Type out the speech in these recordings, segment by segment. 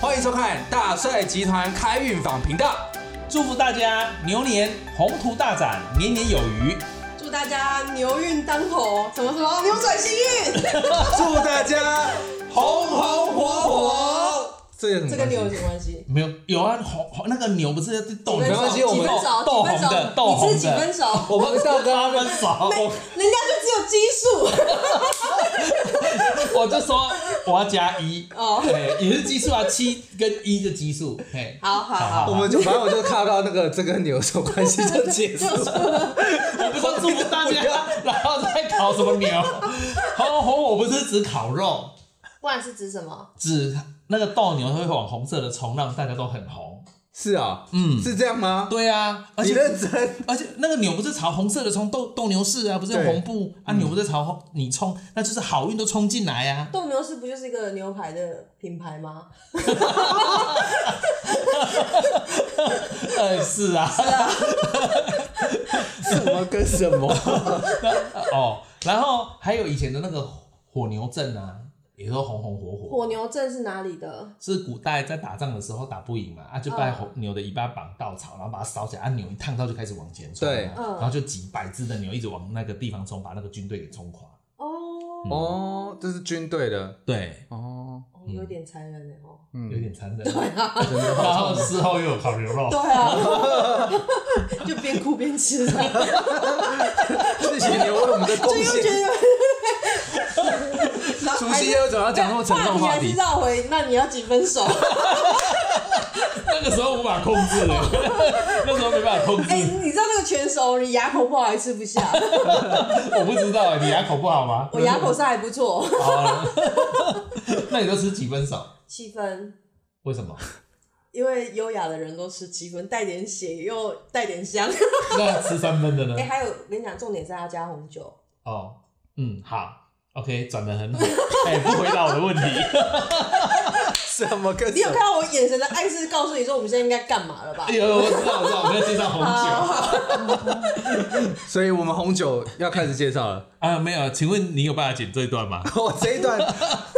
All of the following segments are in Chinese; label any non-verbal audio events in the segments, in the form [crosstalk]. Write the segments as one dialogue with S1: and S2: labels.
S1: 欢迎收看大帅集团开运访频道。
S2: 祝福大家牛年宏图大展，年年有余。
S3: 祝大家牛运当头，什么什么扭转幸
S1: [laughs]
S3: 运，
S1: 祝大家红红火火。这有什么
S3: 这跟
S1: 关
S3: 你有
S1: 系？
S3: 什么关系？
S2: 没有有啊，红红那个牛不是斗
S3: 几
S1: 没
S3: 分
S1: 关
S3: 熟？
S1: 系
S3: 几
S1: 我们
S3: 分熟？
S2: 斗
S3: 几分
S2: 红的斗
S3: 熟？
S2: 红
S3: 你
S2: 的
S3: 吃几分熟？
S1: 我们
S2: [laughs]
S1: 是要跟他
S2: 他
S1: 们
S2: 们，少，
S3: 人家就只有基
S1: [laughs]
S3: 数
S2: 我就说我要加一，
S3: 哦。
S2: 哎，也是奇数啊，七跟一就奇数，哎，
S3: 好好
S2: 好
S3: 好，
S2: 好
S1: 我们就反正我就看到那个这跟你有什么关系就结束。
S2: 我不说祝福大
S3: [laughs]
S2: 家，然后再烤什么牛？红红我不是指烤肉，
S3: 不然是指什么？
S2: 指那个斗牛会往红色的冲，让大家都很红。
S1: 是啊，
S2: 嗯
S1: 是这样吗？
S2: 对啊，
S1: [laughs]
S2: 而
S1: 你
S2: 且
S1: 认真。
S2: 而且那个牛不是朝红色的冲，斗斗牛士啊，不是用
S1: 对
S2: 红布啊，牛不是朝红你冲，那就是好运都冲进来 [laughs] 啊。
S3: 斗牛士不就是一个牛排的品牌
S1: [laughs]
S3: 吗？
S2: 呃，是啊，
S1: 什么跟什么？
S2: [laughs] 哦，然后还有以前的那个火牛阵啊，也都红红火火，
S3: 火牛镇是哪里的？
S2: 是古代在打仗的时候打不赢嘛，
S3: 嗯
S2: 啊，就把红牛的尾巴绑稻草，然后把它烧起来，啊，牛一烫到就开始往前冲啊，
S1: 对
S3: 嗯
S2: 然后就几百只的牛一直往那个地方冲，把那个军队给冲垮。
S3: 哦，
S1: [laughs] 哦，这是军队的
S2: 对，
S1: 哦，
S3: 哦有点残忍哎哦。
S1: 嗯
S2: 嗯有点残忍。
S3: 啊
S1: 真的
S2: [laughs] 然
S1: 好
S2: 后事后又有烤牛肉
S3: 对，啊，
S1: [laughs]
S3: 就边哭边吃的，
S1: 谢谢你为我们的
S3: 就
S1: 贡
S3: 又觉
S1: 献。
S3: 得。然后
S1: 除
S3: 还
S1: 夕
S3: 是
S1: 夜为什么要讲那么沉重的话
S3: 哎话题还 [laughs]
S1: 题
S3: 是？绕回，那你要几
S1: [laughs]
S3: 分熟？
S2: [laughs] 那个时候无法控制 [laughs] 了，那时候没办法控
S3: 哎、
S2: 制。
S3: 你知道那个全熟，你牙口不好还吃不下。
S2: [laughs] 我不知道哎，你牙口不好吗？
S3: [laughs] 我牙口是还不
S2: [laughs]
S3: 错， [laughs]
S2: 好，啊那你都吃几分熟？
S3: 七分，
S2: 为什么？ [laughs]
S3: 因为优雅的人都吃七分，带点血又带点香。 [laughs]
S2: 那吃三分的呢
S3: 哎、？还有，我跟你讲，重点是要加红酒。
S2: 哦，嗯，好，OK，转的很好， [laughs] 哎、不回答我的问题。
S1: 什么跟
S3: 你有
S1: 什
S3: 看
S1: 么？
S3: 到我眼神的暗示，告诉你说我们现在应该干嘛了吧
S2: [laughs] 哎？呦，我知道，我知道，我们要介绍
S3: [laughs]
S2: 红酒
S1: 所以我们红酒要开始介绍了。
S2: 啊，没有，请问你有办法剪这一段吗？
S1: [laughs] 我这一段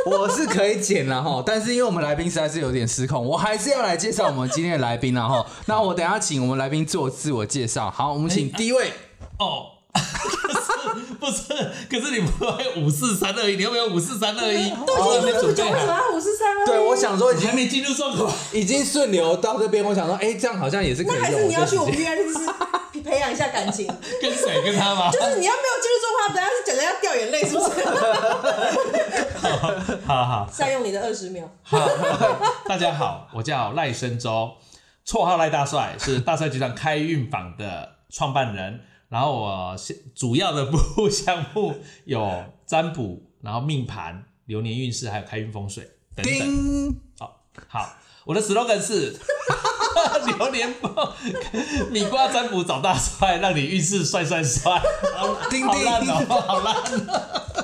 S1: 我是可以剪了哈，但是因为我们来宾实在是有点失控，我还是要来介绍我们今天的来宾了哈。那我等一下请我们来宾做自我介绍。好，我们请第一位，
S2: 哦。 [laughs] 不是，可是你不会五四三二一，你有没有五四三二一？
S3: 都已经
S2: 没
S3: 喝这么
S2: 哦准
S3: 久，
S2: 备
S3: 为什么
S2: 好，
S3: 要五十三啊？
S1: 对我想说已
S2: 你
S1: 经
S2: 还没进入状况。
S1: 已经顺流到这边，我想说，哎，这样好像也是可
S3: 那
S1: 以
S3: 还
S1: 用。
S3: 是你要去我
S1: 就
S3: 们
S1: 直接
S3: 约，就是 [laughs] 培养一下感情。
S2: [laughs]
S3: 就
S2: 跟谁？跟他吗？
S3: 是你要没有进入状况，等下是讲的要掉眼泪，是不
S2: [laughs]
S3: 是？
S2: 好好
S3: 善用你的二十秒。
S2: 好，大家好，我叫赖声洲，绰号赖大帅，是大帅集团开运坊的创办人。然后我现主要的服务项目有占卜，然后命盘、流年运势，还有开运风水等等。
S1: 叮，
S2: 好，我的 slogan 是流年 [laughs] 报米瓜占卜找大帅，让你运势帅帅帅。好
S1: 叮
S2: 好
S1: 叮
S2: 烂哦，好烂哦。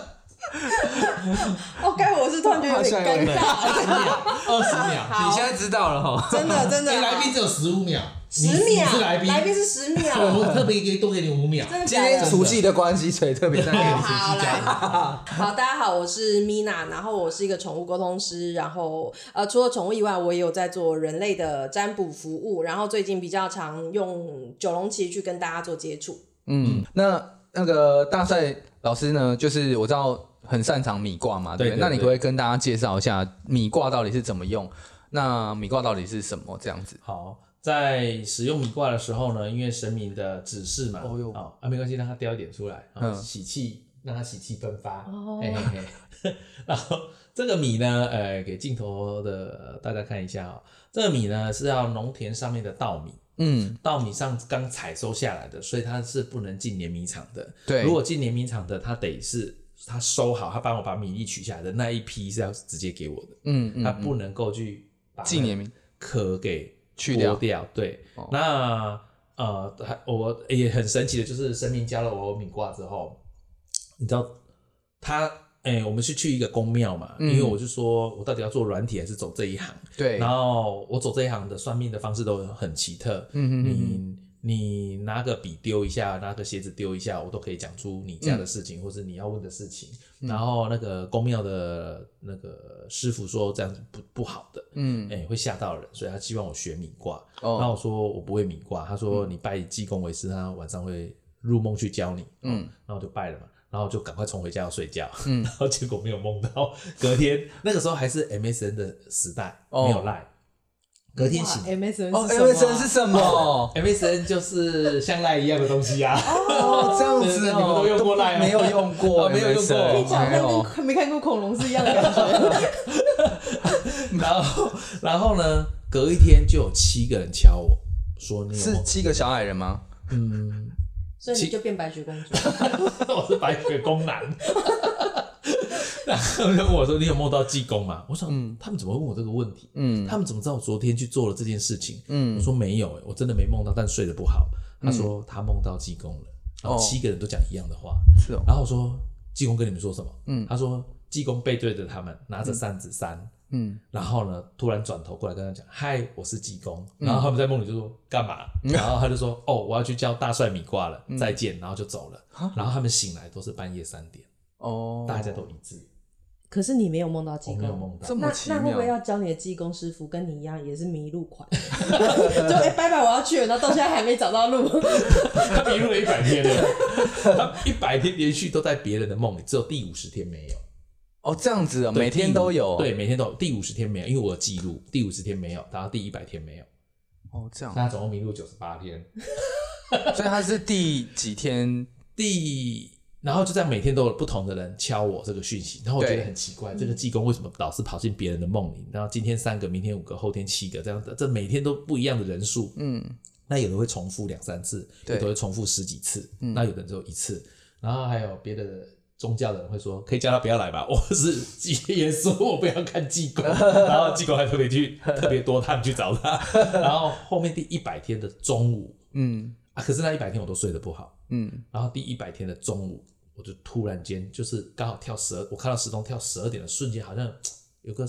S3: 哦，该我是突然觉得有点尴
S2: 对，
S3: 尬。
S2: 二十秒，哦二十秒。
S1: 你现在知道了哈。
S3: 真的真的。
S2: 哎，来宾只有十五秒，你
S3: 十秒
S2: 你是来宾，
S3: 是十
S2: [laughs] 我
S3: 秒，
S2: 们哦特别给多给你五秒。
S3: 真的
S1: 今
S3: 假
S1: 天
S3: 的？
S1: 除夕的关系，所以特别在给
S3: 哦，
S1: 你除
S3: 好
S1: 夕
S3: 来，
S1: 加
S3: 好，大家好，我是 Mina，然后我是一个宠物沟通师，然后呃，除了宠物以外，我也有在做人类的占卜服务，然后最近比较常用九龙旗去跟大家做接触。
S1: 嗯，那那个大帅老师呢，就是我知道很擅长米卦嘛，对不对？
S2: 对对
S1: 那你可
S2: 对
S1: 不可以跟大家介绍一下米卦到底是怎么用？那米卦到底是什么？这样子？
S2: 好，在使用米卦的时候呢，因为神明的指示嘛，
S1: 哦哟
S2: 好啊，没关系，让它掉一点出来，
S1: 嗯
S2: 嗯，喜气，让它喜气喷发，
S3: 哦
S2: 嘿
S1: 哎
S2: 嘿嘿。 [laughs] 然后这个米呢，呃，给镜头的大家看一下哦，这个米呢是要农田上面的稻米，
S1: 嗯，
S2: 稻米上刚采收下来的，所以它是不能进碾米厂的。
S1: 对
S2: 如果进碾米厂的，它得是它收好，它帮我把米粒取下来的那一批是要直接给我的，
S1: 嗯嗯，
S2: 它不能够去把
S1: 纪念名
S2: 壳给
S1: 去
S2: 剥
S1: 掉哦
S2: 对，那呃，还我也很神奇的，就是神明教了我米卦之后，你知道他。哎、我们是去一个宫庙嘛，
S1: 嗯
S2: 因为我就说我到底要做软体还是走这一行，
S1: 对
S2: 然后我走这一行的算命的方式都很奇特，嗯你你拿个笔丢一下，拿个鞋子丢一下，我都可以讲出你家的事情，或是你要问的事情。然后那个公庙的那个师傅说这样子不不好的，
S1: 嗯，
S2: 哎、会吓到人，所以他希望我学米卦。
S1: 哦嗯
S2: 然后我说我不会米卦，他说你拜济公为师，他晚上会入梦去教你。
S1: 嗯
S2: 嗯，然后我就拜了嘛，然后我就赶快冲回家要睡觉。嗯， [laughs] 然后结果没有梦到，隔天那个时候还是 MSN 的时代，
S1: 哦
S2: 没有赖。隔天醒
S3: ，MSN
S1: 哦
S3: 是什么
S1: ，MSN 是什
S2: [laughs]
S3: 啊
S1: 么？
S2: 哦，MSN 就是像赖一样的东西啊。
S1: 哦，这样子
S2: 你们都用过 Line 吗
S1: 没有用过，
S2: 哦没有用过
S1: MSN
S3: 听起来
S1: 没
S3: 好像
S1: 有
S3: 跟跟没看过恐龙是一样的感觉。
S2: 然后，然后呢，隔一天就有七个人敲我说你有
S1: 是
S2: 梦， [laughs]
S1: 七个小矮人吗？
S3: 所以你就变白雪公
S1: [laughs]
S3: 主，
S2: 我是白雪公男。然后就问我说：“你有梦到济公吗？”我想、他们怎么会问我这个问题？
S1: 嗯
S2: 他们怎么知道我昨天去做了这件事情？
S1: 嗯
S2: 我说没有、欸，我真的没梦到，但睡得不好。他说他梦到济公了，然后
S1: 哦
S2: 七个人都讲一样的话。
S1: 是哦，
S2: 然后我说济公跟你们说什么？嗯，他说济公背对着他们，拿着扇子扇。
S1: 嗯，
S2: 然后呢，突然转头过来跟他讲：“嗨，我是济公。”
S1: 嗯
S2: 然后他们在梦里就说：“干嘛？”然后他就说：“哦，我要去教大帅米卦了，
S1: 嗯
S2: 再见。”然后就走了。然后他们醒来都是半夜三点，
S1: 哦，
S2: 大家都一致，
S3: 可是你没有梦到济
S2: 我没有梦到
S1: 这。么
S3: 那
S1: 奇
S3: 那会不会
S1: 妙，
S3: 要教你的技工师傅跟你一样也是迷路
S1: [laughs]
S3: 款？就哎、拜拜，我要去了，然后到现在还没找到
S1: [laughs]
S3: 路。
S2: 他迷路了一百天了，他一百天连续都在别人的梦里，只有第五十天没有。
S1: 哦，这样子哦，
S2: 对
S1: 每天都有，
S2: 第五对，，每天都有。第五十天没有，因为我有记录，第五十天没有，然后第一百天没有，
S1: 哦，这样，
S2: 那他总共迷路九十八天。
S1: 所以他是第几天？
S2: 第，然后就这样每天都有不同的人敲我这个讯息，然后我觉
S1: 对
S2: 得很奇怪，这个济公为什么老是跑进别人的梦里？然后今天三个，明天五个，后天七个，这样子，这每天都不一样的人数。
S1: 嗯，
S2: 那有的会重复两三次，
S1: 对
S2: 有的会重复十几次，那有的只有一次。然后还有别的宗教的人会说，可以叫他不要来吧，我 [laughs] 是基耶稣，我不要看济公。然后济公还特别去特别多趟去找他。 [laughs] 然后后面第一百天的中午
S1: 嗯
S2: 啊，可是那一百天我都睡得不好。
S1: 嗯，
S2: 然后第一百天的中午，我就突然间就是刚好跳十二，我看到时钟跳十二点的瞬间，好像有个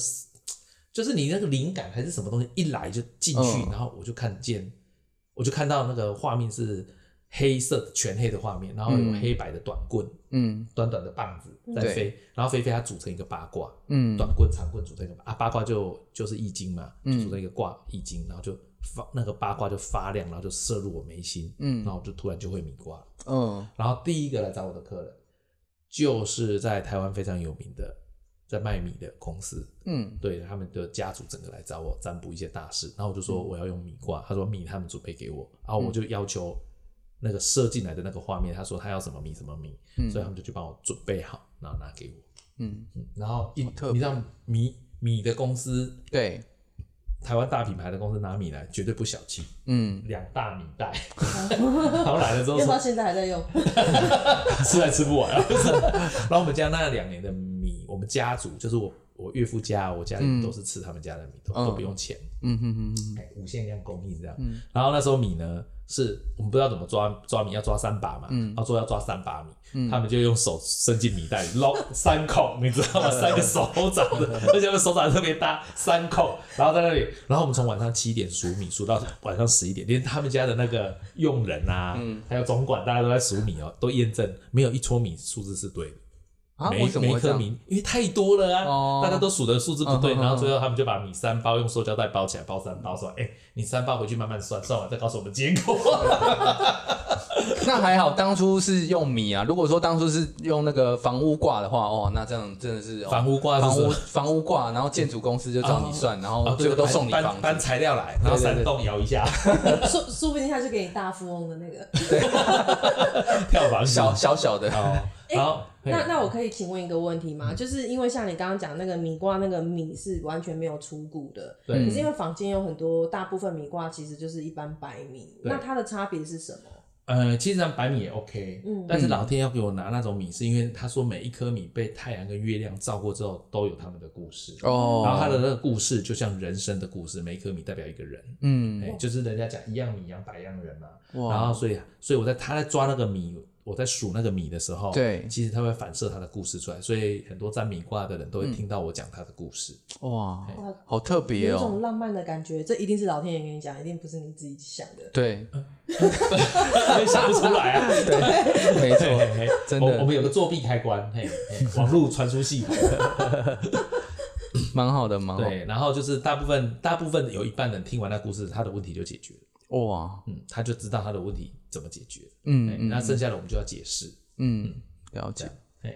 S2: 就是你那个灵感还是什么东西一来就进去，
S1: 嗯
S2: 然后我就看见，我就看到那个画面是黑色的全黑的画面，然后有黑白的短棍，
S1: 嗯
S2: 短短的棒子在
S1: 对
S2: 飞，然后飞飞它组成一个八卦，
S1: 嗯，
S2: 短棍、长棍组成一个啊，八卦就就是易经嘛，就组成一个卦易经，然后就发那个八卦就发亮，然后就射入我眉心，嗯，然后我就突然就会米卦了。
S1: 嗯，
S2: 然后第一个来找我的客人，就是在台湾非常有名的在卖米的公司，
S1: 嗯，
S2: 对他们的家族整个来找我占卜一些大事，然后我就说我要用米卦，他说米他们准备给我，然后我就要求那个射进来的那个画面，他说他要什么米什么米，所以他们就去帮我准备好，然后拿给我，
S1: 嗯，
S2: 嗯然后一
S1: 特别
S2: 你知道米米的公司，
S1: 对，
S2: 台湾大品牌的公司拿米来绝对不小气，
S1: 嗯，
S2: 两大米 [laughs] 袋，然后来了之后
S3: 用
S2: 说
S3: 到现在还在用， [laughs]
S2: [laughs] 吃还吃不完啊。然后我们家那两年的米，我们家族就是我我岳父家，我家里都是吃他们家的米，都、
S1: 嗯
S2: 都不用钱，
S1: 嗯哼哼哼，
S2: 哎，无限量供应这样。然后那时候米呢，是我们不知道怎么抓抓米，要抓三把嘛，然后说要抓三把米，他们就用手伸进米袋里捞三孔，你知道吗？三个手掌的，而且他们手掌特别大，三孔，然后在那里，然后我们从晚上七点数米数到晚上十一点，连他们家的那个佣人啊，还有总管，大家都在数米哦，都验证没有一撮米数字是对的。
S1: 啊，
S2: 每
S1: 为什么
S2: 每一
S1: 会这
S2: 颗
S1: 样？
S2: 米，因为太多了啊，
S1: 哦
S2: 大家都数的数字不对，
S1: 嗯哼
S2: 然后最后他们就把米三包用塑胶袋包起来，包三包，说：“哎、你三包回去慢慢算，算完再告诉我们结果。
S1: 那还好，当初是用米啊。如果说当初是用那个房屋挂的话，哦，那这样真的是”哦
S2: 房屋挂
S1: [laughs] 房
S2: 是
S1: 屋
S2: 说
S1: 房屋挂，然后建筑公司就找你算，然
S2: 啊
S1: 后
S2: 对
S1: 最后都送你
S2: 搬
S1: 房
S2: 搬
S1: 子。
S2: 材料来，然后
S1: 对对对
S2: 山洞摇一下， [laughs]
S3: 说说不定他是给你大富翁的那个。
S2: 跳房
S1: 小哎小小的， [laughs]
S2: 哦，然后、
S3: 那那我可以请问一个问题吗？
S2: 嗯
S3: 就是因为像你刚刚讲那个米卦，那个米是完全没有出骨的，
S2: 对
S3: 可是因为坊间有很多大部分米卦其实就是一般白米，
S2: 对
S3: 那它的差别是什么？
S2: 呃，其实上白米也 OK，
S3: 嗯
S2: 但是老天要给我拿那种米，是因为他说每一颗米被太阳跟月亮照过之后，都有他们的故事。
S1: 哦
S2: 然后他的那个故事就像人生的故事，每一颗米代表一个人。
S1: 嗯
S2: 哎、就是人家讲一样米养百样人嘛。
S1: 哇
S2: 然后所以，所以我在他在抓那个米，我在数那个米的时候，
S1: 对
S2: 其实它会反射它的故事出来，所以很多占米卦的人
S1: 嗯
S2: 都会听到我讲他的故事。
S1: 哇
S2: 嘿，
S1: 好特别
S3: 有
S1: 哦
S3: 一种。浪漫的感觉，这一定是老天爷跟你讲，一定不是你自己想的。
S1: 对，
S2: 我也想不出来
S1: [laughs]
S2: 啊。对，
S1: 没错，
S2: 嘿嘿
S1: 真的
S2: 我我们有个作弊开关，嘿，嘿网络传输系统。
S1: 蛮好的，蛮好。
S2: 对，然后就是大部分大部分有一半人听完那故事，他的问题就解决了，
S1: 哇，
S2: 嗯，他就知道他的问题怎么解决了。嘿
S1: 嗯
S2: 那剩下的我们就要解释。
S1: 嗯，了解。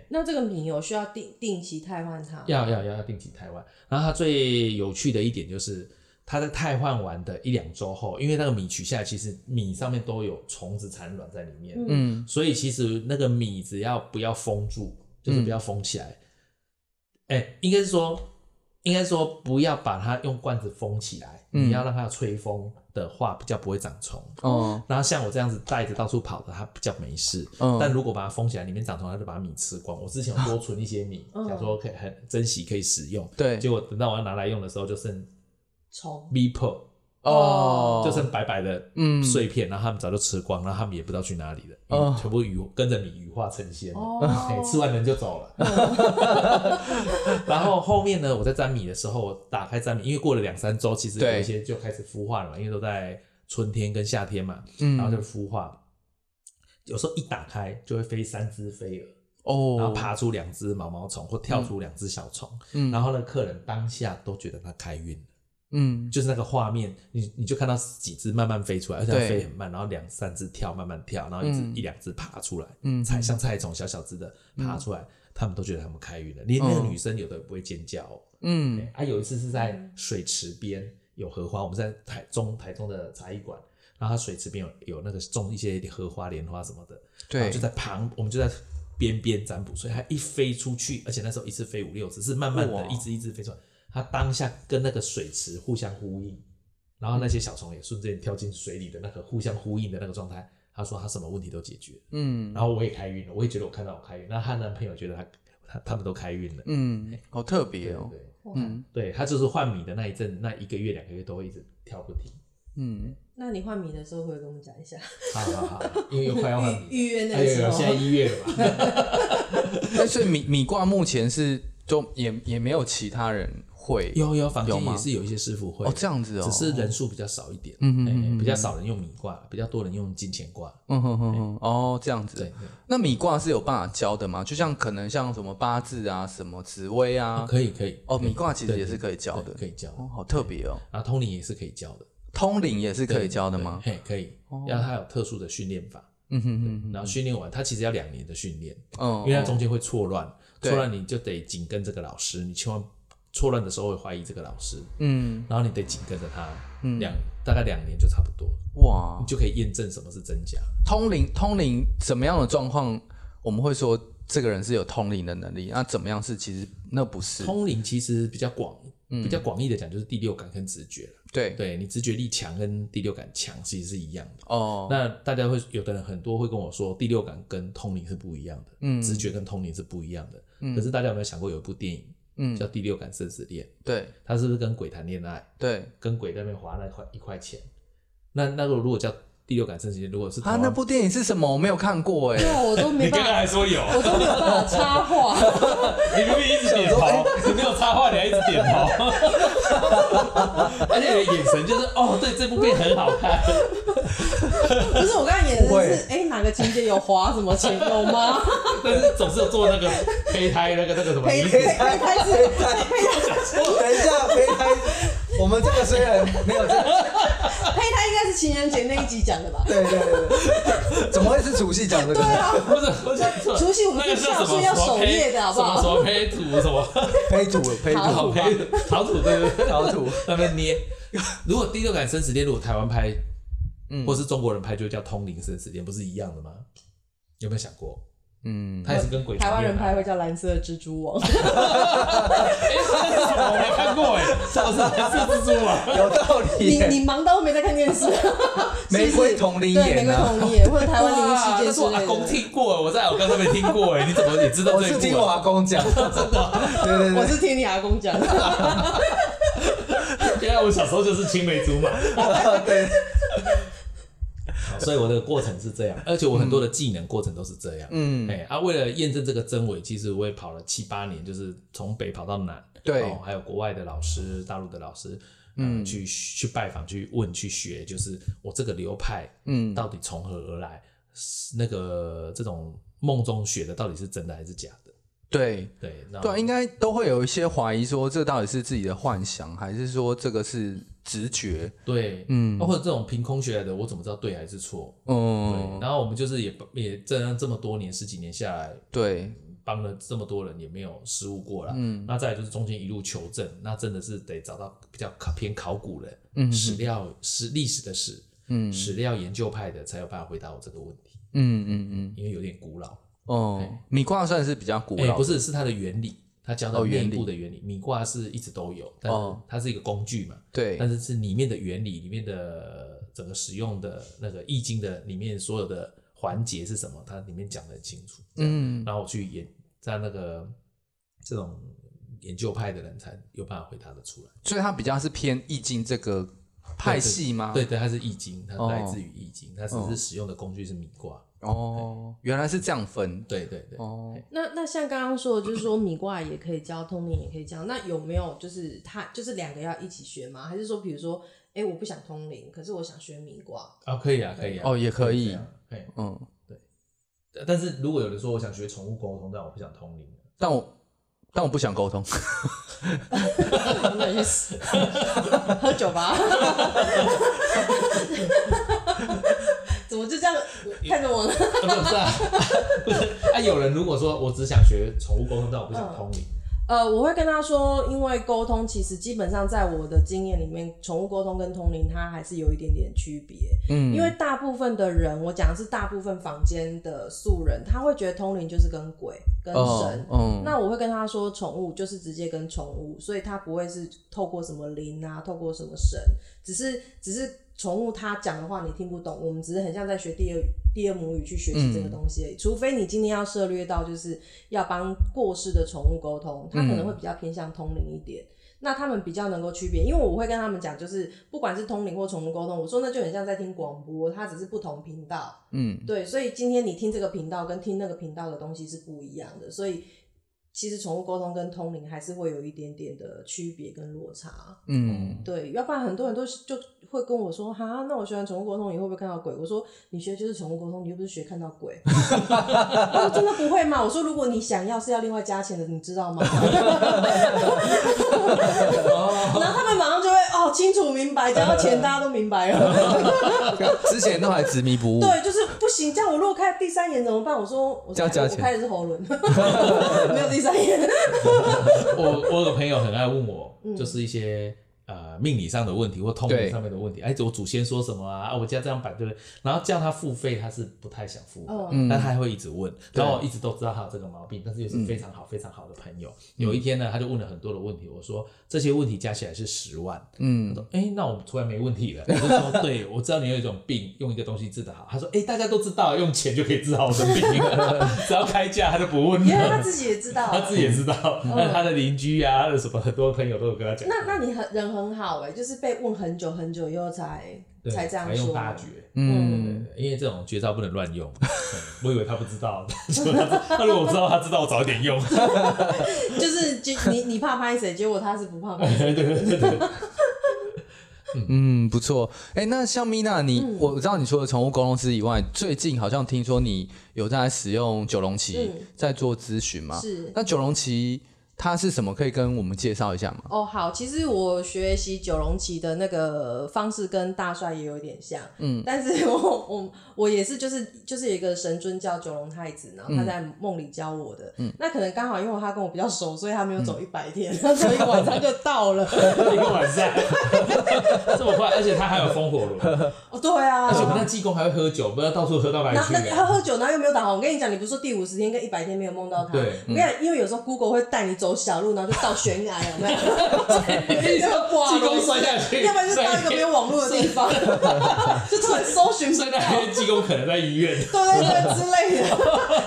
S3: 那这个米有需要定定期汰换它吗，
S2: 要要要要定期汰换。然后它最有趣的一点就是，它在汰换完的一两周后，因为那个米取下来，其实米上面都有虫子产卵在里面，
S1: 嗯，
S2: 所以其实那个米只要不要封住，就是不要封起来，哎、应该是说，应该说不要把它用罐子封起来，你要让它吹风的话，比较不会长虫。
S1: 哦，
S2: 然后像我这样子带着到处跑的，它比较没事。
S1: 嗯
S2: 但如果把它封起来，里面长虫，它就把米吃光。我之前有多存一些米，
S1: [laughs]
S3: 嗯
S2: 想说可以很珍惜，可以使用。
S1: 对
S2: 结果等到我要拿来用的时候，就剩
S3: 虫
S2: v p o
S1: 哦，
S2: 就剩白白的
S1: 嗯
S2: 碎片，然后他们早就吃光，然后他们也不知道去哪里了，
S1: 哦
S2: 全部羽跟着米羽化成仙了。
S3: 哦
S2: [laughs] 哎，吃完人就走了。
S1: 嗯
S2: [laughs] 然后后面呢，我在粘米的时候，我打开粘米，因为过了两三周，其实
S1: 对
S2: 有一些就开始孵化了嘛，因为都在春天跟夏天嘛，
S1: 嗯
S2: 然后就孵化。有时候一打开就会飞三只飞蛾，
S1: 哦，
S2: 然后爬出两只毛毛虫或跳出两只小虫，
S1: 嗯
S2: 然后呢，客人当下都觉得它开运了。
S1: 嗯，
S2: 就是那个画面，你你就看到几只慢慢飞出来，而且它
S1: 对
S2: 飞很慢，然后两三只跳，慢慢跳，然后一只、
S1: 嗯
S2: 一两只爬出来，
S1: 嗯
S2: 菜像菜虫小小只的爬出来，他们都觉得他们开运了，连那个
S1: 嗯
S2: 女生有的也不会尖叫、哦。
S1: 嗯
S2: 啊，有一次是在水池边有荷花，我们在台中台中的茶艺馆，然后它水池边有有那个种一些荷花、莲花什么的，
S1: 对
S2: 然后就在旁，我们就在边边占卜，所以它一飞出去，而且那时候一次飞五六只，是慢慢
S1: 哇
S2: 的一只一只飞出来，它当下跟那个水池互相呼应，然后那些小虫也瞬间跳进水里的那个互相呼应的那个状态，他说他什么问题都解决了，
S1: 嗯
S2: 然后我也开运了，我也觉得我看到我开运，那她男朋友觉得他他他们都开运了，
S1: 嗯，好特别
S2: 对
S1: 哦，
S2: 对。
S1: 嗯
S2: 对，他就是换米的那一阵，那一个月、两个月都会一直跳不停。
S1: 嗯，
S3: 那你换米的时候，会跟我们讲一下
S2: 好好好，因为又快要换米，
S3: [laughs] 预预约那
S2: 哎
S3: 个
S2: 呦
S3: 时
S2: 呦，现在
S3: 候。
S2: 一月了嘛。
S3: [laughs]
S1: 但是米米卦目前是都也也没有其他人会
S2: 有有，坊
S1: 有
S2: 间
S1: 吗
S2: 也是有一些师傅会
S1: 哦这样子哦，
S2: 只是人数比较少一点，
S1: 嗯嗯
S2: 哎
S1: 嗯嗯
S2: 比较少人用米卦，比较多人用金钱卦。
S1: 嗯哼哼哼，哦这样子，
S2: 对，对
S1: 那米卦是有办法教的吗？就像可能像什么八字啊、什么紫薇啊，
S2: 可以可以。
S1: 哦，
S2: 可以
S1: 米卦其实
S2: 对
S1: 也是可以教
S2: 对
S1: 的
S2: 可。以教的
S1: 哦，好特别哦。
S2: 啊，通灵也是可以教的，
S1: 通灵也是可以
S2: 对
S1: 教的吗？哦
S2: 对嘿，可以，要他有特殊的训练法，
S1: 嗯哼哼
S2: 然后训练完，他其实要两年的训练，
S1: 哼，嗯，
S2: 因为它中间会错乱，
S1: 对
S2: 错乱你就得紧跟这个老师，你千万错乱的时候会怀疑这个老师，
S1: 嗯，
S2: 然后你得紧跟着他，两大概两年就差不多，
S1: 哇
S2: 你，就可以验证什么是真假。
S1: 通灵通灵怎么样的状况，我们会说这个人是有通灵的能力，那怎么样是其实那不是，
S2: 通灵其实比较广，
S1: 嗯
S2: 比较广义的讲就是第六感跟直觉了
S1: 对，
S2: 对你直觉力强跟第六感强其实是一样的。
S1: 哦，
S2: 那大家会有的人很多会跟我说，第六感跟通灵是不一样的，
S1: 嗯
S2: 直觉跟通灵是不一样的。可是大家有没有想过，有一部电影，
S1: 嗯
S2: 叫《第六感生死恋》，
S1: 对
S2: 它是不是跟鬼谈恋爱？
S1: 对，
S2: 跟鬼在那边划那块一块钱。那那个如果叫第六感生死恋，如果是
S1: 啊，那部电影是什么？我没有看过哎 [laughs]
S3: 对，啊，我都没
S2: [laughs]
S3: 办法，
S2: 还说有，
S3: 我都没有办法插话。
S2: 你明明一直
S1: [laughs]
S2: 点头，你没有插话，你还一直点头，而且你的眼神就是哦，对，这部片很好看，
S3: 不是我刚才演的
S1: 不会
S3: 是，哎、哪个情节有花什么钱有
S2: [laughs]
S3: 吗？
S2: 但是总是有做那个胚胎那个那个什么
S3: 胚
S2: 遗
S3: 胚
S2: 骨，
S3: 胎开始，
S1: 等一下，别开，我们这个虽然没有这，
S3: 胚胎应该是情人节那一集讲的吧？
S1: [laughs] 对对对，怎么会是除夕讲这个？
S2: 不是，不是，
S3: 除夕我们
S2: 那个是
S3: 是
S2: 什
S3: 孝
S2: 么
S3: 顺要
S2: 什么
S3: 守夜
S2: 胚
S3: 的好不好
S2: 什么什么胚土
S3: [laughs]
S2: 什么
S1: 胚土胚
S3: 好
S1: 土
S2: 好胚土陶土对对对，
S1: 陶土，
S2: 那边捏。如果第六感生死恋，如果台湾拍，
S3: 嗯
S2: 或是中国人拍，就叫通灵生死恋，不是一样的吗？有没有想过？
S1: 嗯，
S2: 他也是跟鬼
S3: 台
S2: 谈
S3: 湾
S2: 恋
S3: 人
S2: 爱
S3: 拍会叫蓝色蜘蛛网，
S2: 哎，这是什么？我没看过哎，我
S3: [laughs]
S2: 是蓝色蜘蛛啊。
S1: 有道理
S3: [laughs]
S1: 欸
S3: 你
S1: 耶。
S3: 你忙到都没在看电视，啊 [laughs]
S1: 玫瑰同龄
S3: 对
S1: 眼
S3: 玫瑰
S1: 啊，
S3: 同龄眼或者台湾灵异
S2: 哇，
S3: 事
S2: 那
S3: 件
S2: 是
S3: 之 [laughs]
S2: 我阿
S3: 类
S2: 公
S3: 的。
S2: 听过，我在我刚才没听过哎，你怎么也知道
S1: 我
S2: 这一
S1: 是听
S2: 部
S1: 我
S2: [laughs] 啊？
S1: 阿公讲， [laughs] 真的，对对
S3: 我
S1: 对，
S3: 是听你阿公讲 [laughs] 的，
S2: 原来我小时候就是青梅竹马。
S1: 对，
S2: [laughs] 所以我的过程是这样，而且我很多的技能过程都是这样。
S1: 嗯
S2: 哎，啊，为了验证这个真伪，其实我也跑了七八年，就是从北跑到南，
S1: 对
S2: 哦，还有国外的老师、大陆的老师，嗯，去去拜访、去问、去学，就是我这个流派，
S1: 嗯
S2: 到底从何而来？是那个这种梦中学的到底是真的还是假的？
S1: 对
S2: 对，那
S1: 对啊，应该都会有一些怀疑，说这到底是自己的幻想，还是说这个是直觉？
S2: 对，嗯，包括这种凭空学来的，我怎么知道对还是错？对，
S1: 嗯，
S2: 然后我们就是也也这样这么多年十几年下来，
S1: 对，
S2: 帮了这么多人也没有失误过啦。嗯，那再来就是中间一路求证，那真的是得找到比较考偏考古人，嗯，史料史历史的史，嗯，史料研究派的才有办法回答我这个问题，
S1: 嗯嗯嗯，
S2: 因为有点古老。
S1: 哦，米卦算是比较古
S2: 哎、
S1: 老，
S2: 不是，是它的原理，它教到
S1: 哦
S2: 内
S1: 原理
S2: 部的原理。米卦是一直都有，但是
S1: 哦
S2: 它是一个工具嘛，
S1: 对
S2: 但，是是里面的原理，里面的整个使用的那个易经的里面所有的环节是什么，它里面讲的很清楚。这样
S1: 嗯
S2: 然后我去研在那个这种研究派的人才有办法回答得出来。
S1: 所以它比较是偏易经这个派系吗？
S2: 对对，它是易经，它
S1: 哦
S2: 来自于易经，它只是使用的工具是米卦。
S1: 哦，原来是这样分。
S2: 对对对，
S1: 哦，
S3: 那那像刚刚说的，就是说米卦也可以教，通灵也可以教。那有没有就是他就是两个要一起学吗？还是说，比如说，哎、我不想通灵，可是我想学米卦，
S2: 啊，可以啊，可以啊。
S1: 哦也可以
S2: 这样。哎，
S1: 嗯，
S2: 但是如果有人说我想学宠物沟通，但我不想通灵， [laughs]
S1: 但我但我不想沟通。
S3: 那你去死， [laughs] 喝酒 [laughs] 吧。怎么就这样看着我呢？
S2: 啊没有是啊， [laughs] 不是 [laughs] 啊。有人如果说我只想学宠物沟通，但我不想通灵，
S3: 呃，我会跟他说，因为沟通其实基本上在我的经验里面，宠物沟通跟通灵它还是有一点点区别。
S1: 嗯，
S3: 因为大部分的人，我讲的是大部分房间的素人，他会觉得通灵就是跟鬼、跟神。
S1: 嗯，
S3: 那我会跟他说，宠物就是直接跟宠物，所以他不会是透过什么灵啊，透过什么神，只是只是宠物它讲的话你听不懂，我们只是很像在学第二第二母语去学习这个东西而已。除非你今天要涉略到就是要帮过世的宠物沟通，它可能会比较偏向通灵一点。那他们比较能够区别，因为我会跟他们讲，就是不管是通灵或宠物沟通，我说那就很像在听广播，它只是不同频道。
S1: 嗯
S3: 对，所以今天你听这个频道跟听那个频道的东西是不一样的，所以其实宠物沟通跟通灵还是会有一点点的区别跟落差。
S1: 嗯，
S3: 对，要不然很多人都是就会跟我说，哈，那我学完宠物沟通，你会不会看到鬼？我说你学就是宠物沟通，你又不是学看到鬼。 [laughs] 我说真的不会吗？我说如果你想要是要另外加钱的，你知道吗？ [laughs] 然后他们马上就会哦，清楚明白，讲到钱大家都明白了。
S2: 哦
S1: [laughs] 之前都还执迷不悟。
S3: 对，就是不行。这样我如果开第三眼怎么办？我说我
S1: 这样加
S3: 我
S1: 钱
S3: 开的是
S1: [laughs]
S3: 喉轮，没有第三眼。
S2: [laughs] 我我有个朋友很爱问我，就是一些呃命理上的问题或通灵
S1: 对
S2: 上面的问题，哎，我祖先说什么啊？啊，我家这样摆对不对？然后叫他付费，他是不太想付的，
S3: 嗯
S2: 但他还会一直问。然后我一直都知道他有这个毛病，但是
S1: 嗯
S2: 又是非常好、非常好的朋友。有一天呢，他就问了很多的问题，我说这些问题加起来是十万，他
S1: 嗯，
S2: 说：“哎、那我突然没问题了。”我 [laughs] 就说：“对，我知道你有一种病，用一个东西治得好。”他说：“哎、大家都知道，用钱就可以治好我的病了， [laughs] 只要开价，他就不问
S3: 原来他
S2: 了。
S3: 自己也知道。
S2: 他自己也知道，那他的邻居啊，他的什么很多朋友都有跟他讲。
S3: 那那你很人很好哎、就是被问很久很久以后才
S2: 对
S3: 才这样
S2: 才用
S3: 说。
S2: 大绝，
S1: 嗯，
S2: 对因为这种绝招不能乱用。嗯我以为他不知道，结果他他如果我知道，他知道我早点用。
S3: 就是就你你怕拍谁，结果他是不怕拍谁。
S2: 对对对对，
S1: 嗯，不错。哎，那像米娜，你
S3: 嗯
S1: 我知道你除了宠物沟通师以外，最近好像听说你有在使用九龙旗
S3: 嗯
S1: 在做咨询吗？
S3: 是
S1: 那九龙旗它是什么？可以跟我们介绍一下吗？
S3: 哦，好，其实我学习九龙旗的那个方式跟大帅也有点像，嗯，但是我我我也是就是就是有一个神尊叫九龙太子，然后他在梦里教我的，嗯，那可能刚好因为他跟我比较熟，所以他没有走一百天， [laughs] 他走一个晚上就到了，
S2: 一个晚上这么快，而且他还有风火轮，而
S3: 哦，对啊，
S2: 且我们那济公还会喝酒，不知道到处喝到哪里
S3: 然
S2: 去
S3: 后那他
S2: 啊。
S3: 喝酒，然后又没有打红。我跟你讲，你不是说第五十天跟一百天没有梦到他？
S2: 对
S3: 我跟你讲，因为有时候 Google 会带你走小路，然后就到悬崖，有 [laughs] 没有？要不挂 [laughs]
S2: 济
S3: 了
S2: 公摔下去，
S3: 要不然就是到一个没有网络的地方， [laughs] 就突然搜寻不
S2: 所以
S3: 到
S2: 那。天济公可能在医院。
S3: 对对对之类 [laughs] 的，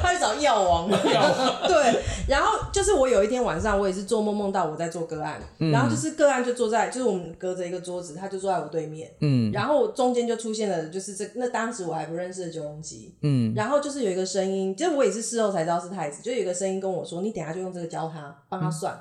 S3: 他去找药王。对，然后就是我有一天晚上，我也是做梦梦到我在做个案，然后就是个案就坐在，就是我们隔着一个桌子，他就坐在我对面，嗯，然后中间就出现了，就是这那当时我还不认识的九龙旗，
S1: 嗯，
S3: 然后就是有一个声音，就是我也是事后才知道是太子，就有一个声音跟我说，你等一下就用这个教他，帮他算。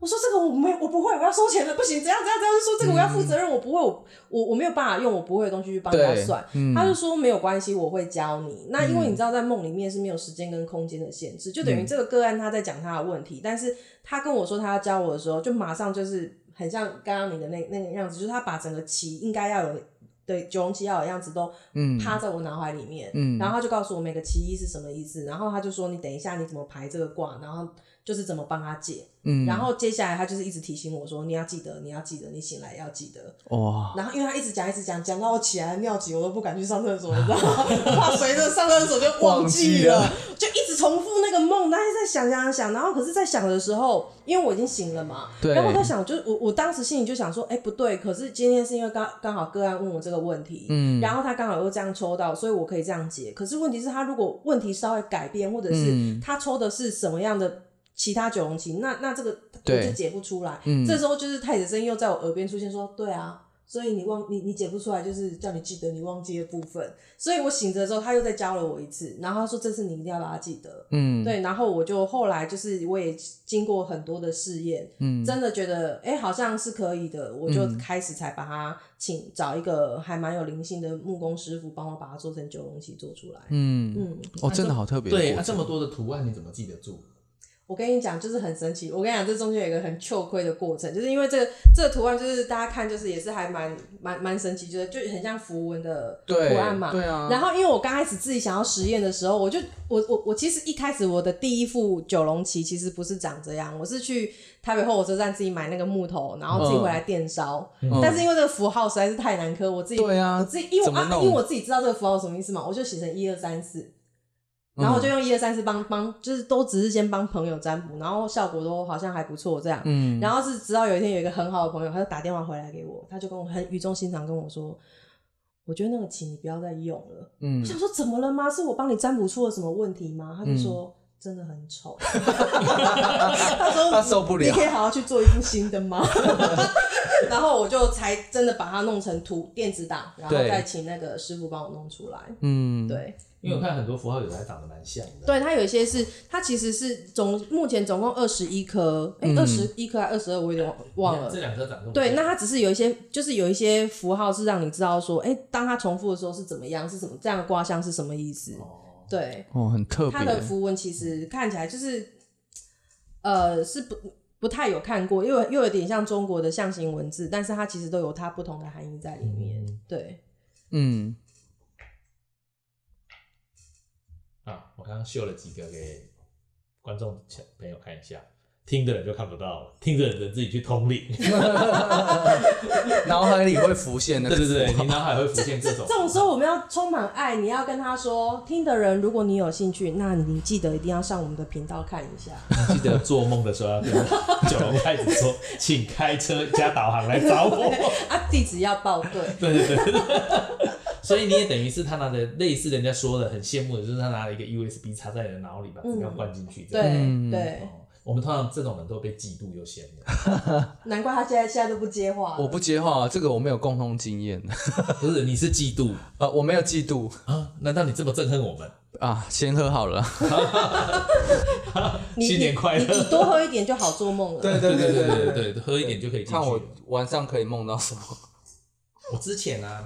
S3: 我说这个我没我不会，我要收钱了，不行，怎样怎样怎样，就说这个我要负责任，我不会，我我我没有办法用我不会的东西去帮他
S1: 对
S3: 算。他就说没有关系，我会教你。那因为你知道，在梦里面是没有时间跟空间的限制，就等于这个个案他在讲他的问题，但是他跟我说他要教我的时候，就马上就是很像刚刚你的那那个样子，就是他把整个棋应该要有对九龙棋要有的样子都趴在我脑海里面，然后他就告诉我每个棋艺是什么意思，然后他就说你等一下你怎么排这个卦，然后就是怎么帮他解，然后接下来他就是一直提醒我说你要记得，你要记得，你醒来要记得，
S1: 哇，
S3: 然后因为他一直讲一直讲，讲到我起来尿急，我都不敢去上厕所，你知道吗？怕随着上厕所就忘记了，
S1: 忘
S3: 就一直重复那个梦，然后一直在想想想，然后可是，在想的时候，因为我已经醒了嘛，
S1: 对
S3: 然后我在想，就我我当时心里就想说，哎、不对，可是今天是因为刚刚好个案问我这个问题，嗯，然后他刚好又这样抽到，所以我可以这样解。可是问题是，他如果问题稍微改变，或者
S1: 嗯
S3: 是他抽的是什么样的？其他九龙棋，那那这个我
S1: 对嗯
S3: 就解不出来。这时候就是太子声音又在我耳边出现，说：“对啊，所以你忘你你解不出来，就是叫你记得你忘记的部分。所以我醒着的时候，他又再教了我一次，然后他说这次你一定要把它记得。嗯，对，然后我就后来就是我也经过很多的试验，嗯，真的觉得哎、诶好像是可以的，我就开始才把它请找一个还蛮有灵性的木工师傅帮我把它做成九龙旗做出来。嗯嗯，
S1: 哦，真的好特别的
S2: 对，
S1: 过
S2: 啊，
S1: 程，
S2: 这么多的图案你怎么记得住？
S3: 我跟你讲，就是很神奇。我跟你讲，这中间有一个很糗亏的过程，就是因为这个这个图案，就是大家看，就是也是还蛮蛮蛮神奇，就是就很像符文的图
S1: 对
S3: 案嘛。
S1: 对啊
S3: 然后，因为我刚开始自己想要实验的时候，我就我我我其实一开始我的第一副九龙旗其实不是长这样，我是去台北后火车站自己买那个木头，然
S1: 嗯
S3: 后自己回来电烧。但是因为这个符号实在是太难刻，我自己
S1: 对啊
S3: 我自己因为
S1: 怎
S3: 我
S1: 么
S3: 啊
S1: 弄
S3: 因为我自己知道这个符号什么意思嘛，我就写成一二三四。然
S1: 嗯
S3: 后我就用一二三四帮帮，就是都只是先帮朋友占卜，然后效果都好像还不错这样。嗯，然后是直到有一天有一个很好的朋友，他就打电话回来给我，他就跟我很语重心长跟我说，我觉得那个琴你不要再用了。嗯，我想说怎么了吗？是我帮你占卜出了什么问题吗？他就说。
S1: 嗯
S3: 真的很丑， [laughs] 他说
S1: 他受不了
S3: 你可以好好去做一副新的吗？ [laughs] 然后我就才真的把它弄成图电子档，然后
S1: 对
S3: 再请那个师傅帮我弄出来。
S1: 嗯，
S3: 对，
S2: 因为我看很多符号有的还长得蛮像的。
S3: 对，它有一些是，它其实是总目前总共二十一颗，
S1: 嗯
S3: 哎、二十一颗还二十二，我有点忘忘了
S2: 这。两颗长得
S3: 对，那它只是有一些，就是有一些符号是让你知道说，哎、当它重复的时候是怎么样，是什么这样的卦象是什么意思？对，
S1: 哦，很特
S3: 它的
S1: 别，
S3: 符文其实看起来就是，呃，是不不太有看过，又有又有点像中国的象形文字，但是它其实都有它不同的含义在里面。对，
S1: 嗯，
S2: 啊，我刚刚秀了几个给观众小朋友看一下，听的人就看不到了，听的人自己去通
S3: [laughs]
S2: 灵。
S1: 脑海里会浮现那
S2: 对
S1: 个，
S2: 对对，
S3: [laughs]
S2: 你脑海会浮现
S3: 这
S2: 种。
S3: 这种时候，我们要充满爱，你要跟他说，听的人，如果你有兴趣，那你记得一定要上我们的频道看一下。 [laughs]
S2: 记得做梦的时候要跟九龙太子说，请开车加导航来找
S3: [laughs]
S2: 我。
S3: 啊，地址要报对，
S2: 对对对对。所以你也等于是他拿的类似人家说的很羡慕的，就是他拿了一个 USB 插在你的脑里，把资料灌进去。这
S3: 对
S2: 样、
S1: 嗯
S3: 对，
S2: 哦我们通常这种人都被嫉妒优先的，
S3: 难怪他现在现在都不接话了。
S1: 我不接话，这个我没有共同经验， [laughs]
S2: 不是你是嫉妒
S1: 呃，我没有嫉妒
S2: 啊？难道你这么憎恨我们？
S1: 啊，先喝好了，
S3: 你
S2: 新年快乐
S3: 你你多喝一点就好做梦了。
S1: 对 [laughs]
S2: 对对对对对，喝一点就可以进去
S1: 看我
S2: 了。
S1: 晚上可以梦到什么，
S2: 我之前啊，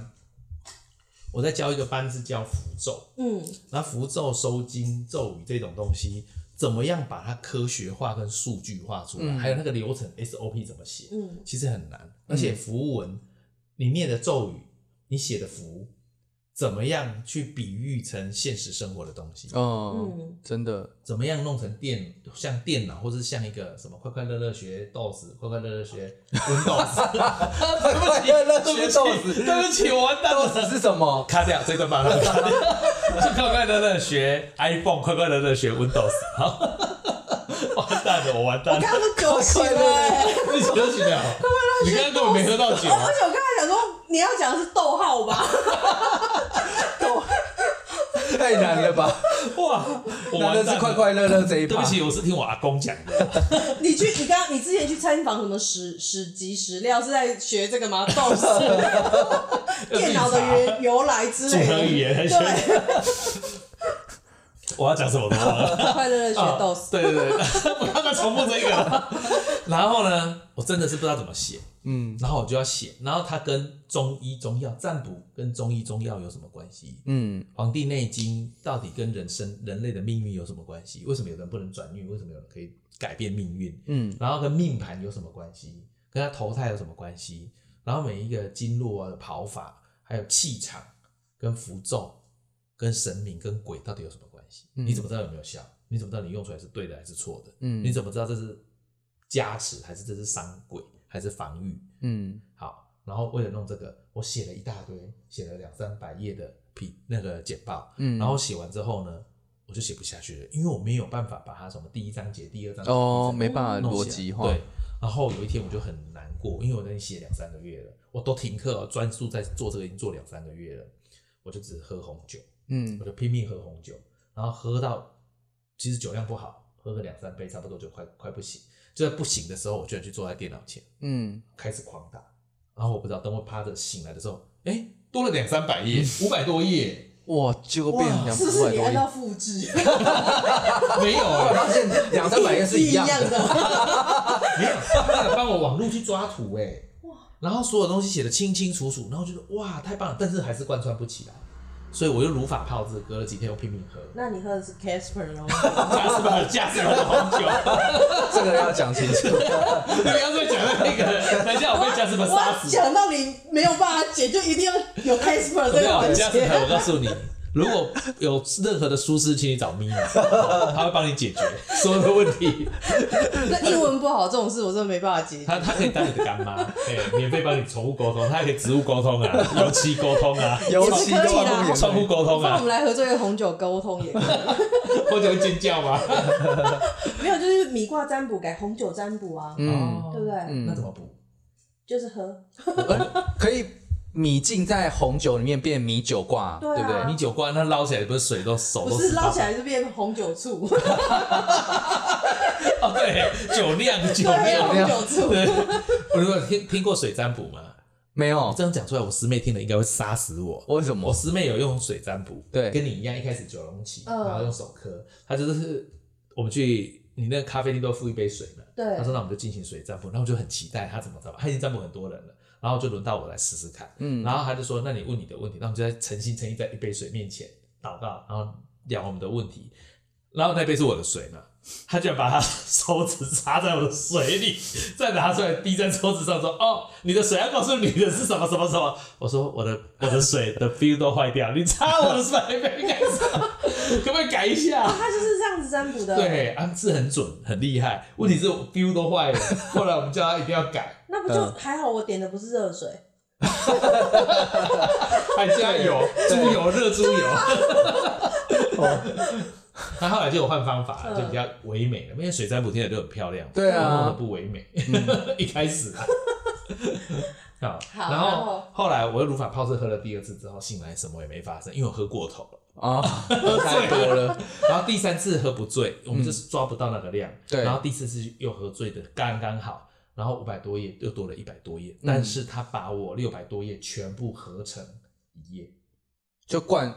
S2: 我在教一个班是教符咒，
S3: 嗯，
S2: 那符咒、收经、咒语这种东西，怎么样把它科学化跟数据化出来？还有那个流程 SOP 怎么写？
S3: 嗯，
S2: 其实很难。而且符文，你念的咒语，你写的符，怎么样去比喻成现实生活的东西？
S1: 嗯，真的，
S2: 怎么样弄成电像电脑，或是像一个什么快快乐乐学 DOS，快快乐乐学 Windows？
S1: 快快乐乐
S2: 对
S1: 学 [laughs] 豆
S2: 不起
S1: 子，
S2: 对不起，我完蛋
S1: 豆
S2: 了。
S1: 子是什么？
S2: 卡掉这 [laughs] 段吧，卡掉。就快快乐乐学 iPhone，快快乐乐学 Windows。好，完蛋了，我完蛋了，
S3: 我 [laughs] 刚刚都酒醒了、欸，而
S2: 你酒醒了？你刚刚根本没喝到酒啊！
S3: 且我刚才想说你要讲的是逗号吧？
S1: 太难了吧？
S2: 啊哇，我
S1: 难
S2: 完
S1: 的是
S2: 蛋了
S1: 快。快乐乐这一
S2: 对
S1: 趴
S2: 不。起，我是听我阿公讲的。
S3: 你去你刚你之前去参访什么史史籍史料是在学这个吗？斗士，电脑的原由来之
S4: 组
S3: 类
S4: 合语
S3: 的。
S4: 言还是
S3: 对，
S4: 我要讲什么都忘了。
S3: 快乐的学豆丝。
S2: 对对 [laughs] 对，
S4: 不要再重复这个了。
S2: 然后呢，我真的是不知道怎么写，嗯，然后我就要写，然后它跟中医中药占卜跟中医中药有什么关系？
S1: 嗯，
S2: 《黄帝内经》到底跟人生人类的命运有什么关系？为什么有人不能转运？为什么有人可以改变命运？
S1: 嗯，
S2: 然后跟命盘有什么关系？跟他投胎有什么关系？然后每一个经络啊的跑法，还有气场、跟符咒、跟神明、跟鬼到底有什么关系？你怎么知道有没有效？你怎么知道你用出来是对的还是错的？
S1: 嗯
S2: 你怎么知道这是加持还是这是伤鬼还是防御？
S1: 嗯
S2: 好，然后为了弄这个，我写了一大堆，写了两三百页的批那个简报，
S1: 嗯
S2: 然后写完之后呢，我就写不下去了，因为我没有办法把它什么第一章节、第二章节
S1: 哦
S2: 第三
S1: 没办法
S2: 弄
S1: 逻
S2: 起来
S1: 辑化
S2: 对，然后有一天我就很难过，因为我在那里写两三个月了，我都停课了，专注在做这个已经做两三个月了，我就只喝红酒，
S1: 嗯
S2: 我就拼命喝红酒，然后喝到其实酒量不好，喝个两三杯差不多就快快不行，就在不行的时候，我居然去坐在电脑前。
S1: 嗯，
S2: 开始狂打，然后我不知道，等我趴着醒来的时候，哎、多了两三百页，五百多页，
S1: 哇，结果变成两
S3: 是不是
S1: 百
S3: 你
S1: 多
S3: 按
S1: 页
S3: 照，复制？
S2: 没有
S1: 我
S2: 啊，
S1: 发现 [laughs] 两三百页是
S3: 一
S1: 一样
S3: 样
S1: 的，
S3: 的。
S2: 没有，他有帮我网络去抓图、哎，然后所有东西写的清清楚楚，然后觉得哇，太棒了，但是还是贯穿不起来，所以我又如法炮制，隔了几天又拼命喝，
S3: [laughs] 那你喝的是 Casper 哦。
S2: [laughs] 加什么加什么红酒，
S1: [laughs] 这个要讲清楚。
S2: 你不要再讲那个，等一下我被加什么杀
S3: 我
S2: 死。
S3: 讲到你没有办法解，就一定要有 Casper 这
S2: 没
S3: 个
S2: 有
S3: 环
S2: 加什么？
S3: 节。
S2: 我告诉你，如果有任何的疏失，请你找咪咪，他会帮你解决所有的问题。
S3: 那英文不好这种事，我真的没办法解决。
S2: 他他可以当你的干妈，对，免费帮你宠物沟通，他还可以植物沟通啊，油漆沟通啊，
S1: 尤
S3: 是
S1: 其
S3: 可以
S1: 都
S3: 啦
S1: 不
S2: 窗户沟通
S3: 那我
S2: 啊
S3: 们，来合作一个红酒沟通也可
S1: [laughs]
S3: 以，
S2: 或者会尖叫啊吗？
S3: 没有就是米卦占卜改红酒占卜啊，
S1: 嗯，
S3: 对不对？
S1: 嗯
S2: 那怎么补？
S3: 就是喝，
S1: 可以米浸在红酒里面变米酒挂，
S3: 对啊
S1: 对不对？
S2: 你酒罐那捞起来不是水都手
S1: 哦
S3: 不
S2: 都
S3: 是
S2: 湿
S3: 捞
S2: 透
S3: 起来是变红酒醋，
S1: [laughs]
S2: 哦，对，酒酿酒
S3: 对，啊变
S2: 酿。
S3: 红酒醋。
S2: 对，我如果听听过水占卜吗？哦
S1: 没有
S2: 这，样讲出来，我师妹听了应该会杀死我。
S1: 为什
S2: 我
S1: 么？
S2: 师妹有用水占卜，
S1: 对
S2: 跟你一样，一开始九龙起，
S3: 嗯
S2: 然后用手磕，她就是我们去你那个咖啡厅都付一杯水嘛，
S3: 对
S2: 她说那我们就进行水占卜，那我就很期待她怎么占卜，她已经占卜很多人了，然后就轮到我来试试看，嗯，然后她就说那你问你的问题，那我们就在诚心诚意在一杯水面前祷告，然后聊我们的问题，然后那杯是我的水嘛，他居然把他手指插在我的水里，再拿出来滴在桌子上，说：“哦，你的水要告诉你的是什么什么什么。”我说：“我的我的水的 feel 都坏掉，你插我的水杯干什么？ [laughs] 可不可以改一下
S3: 他就是这样子占卜？”的，，
S2: 对，啊，是很准，很厉害。问题是我 feel 都坏 [laughs] 了，后来我们叫他一定要改，
S3: 那不
S1: 嗯
S3: 就还好？我点的不是热水，
S2: 还加油，猪油热猪 [laughs] 油。哦他后来就有换方法，就比较唯美了，因为水占卜听起来就很漂亮。
S1: 对
S2: 弄得
S1: 啊，
S2: 不唯美， [laughs] 一开始啊。好，
S3: 好
S2: 然
S3: 然
S2: 后
S3: 后
S2: 后来我又如法炮制喝了第二次之后，醒来什么也没发生，因为我喝过头了。
S1: 啊，喝太多了，
S2: 然后第三次喝不醉，我们就是抓不到那个量。
S1: 嗯对
S2: 然后第四次又喝醉的刚刚好，然后五百多页又多了一百多
S1: 嗯
S2: 页，但是他把我六百多页全部合成一页，
S1: 就灌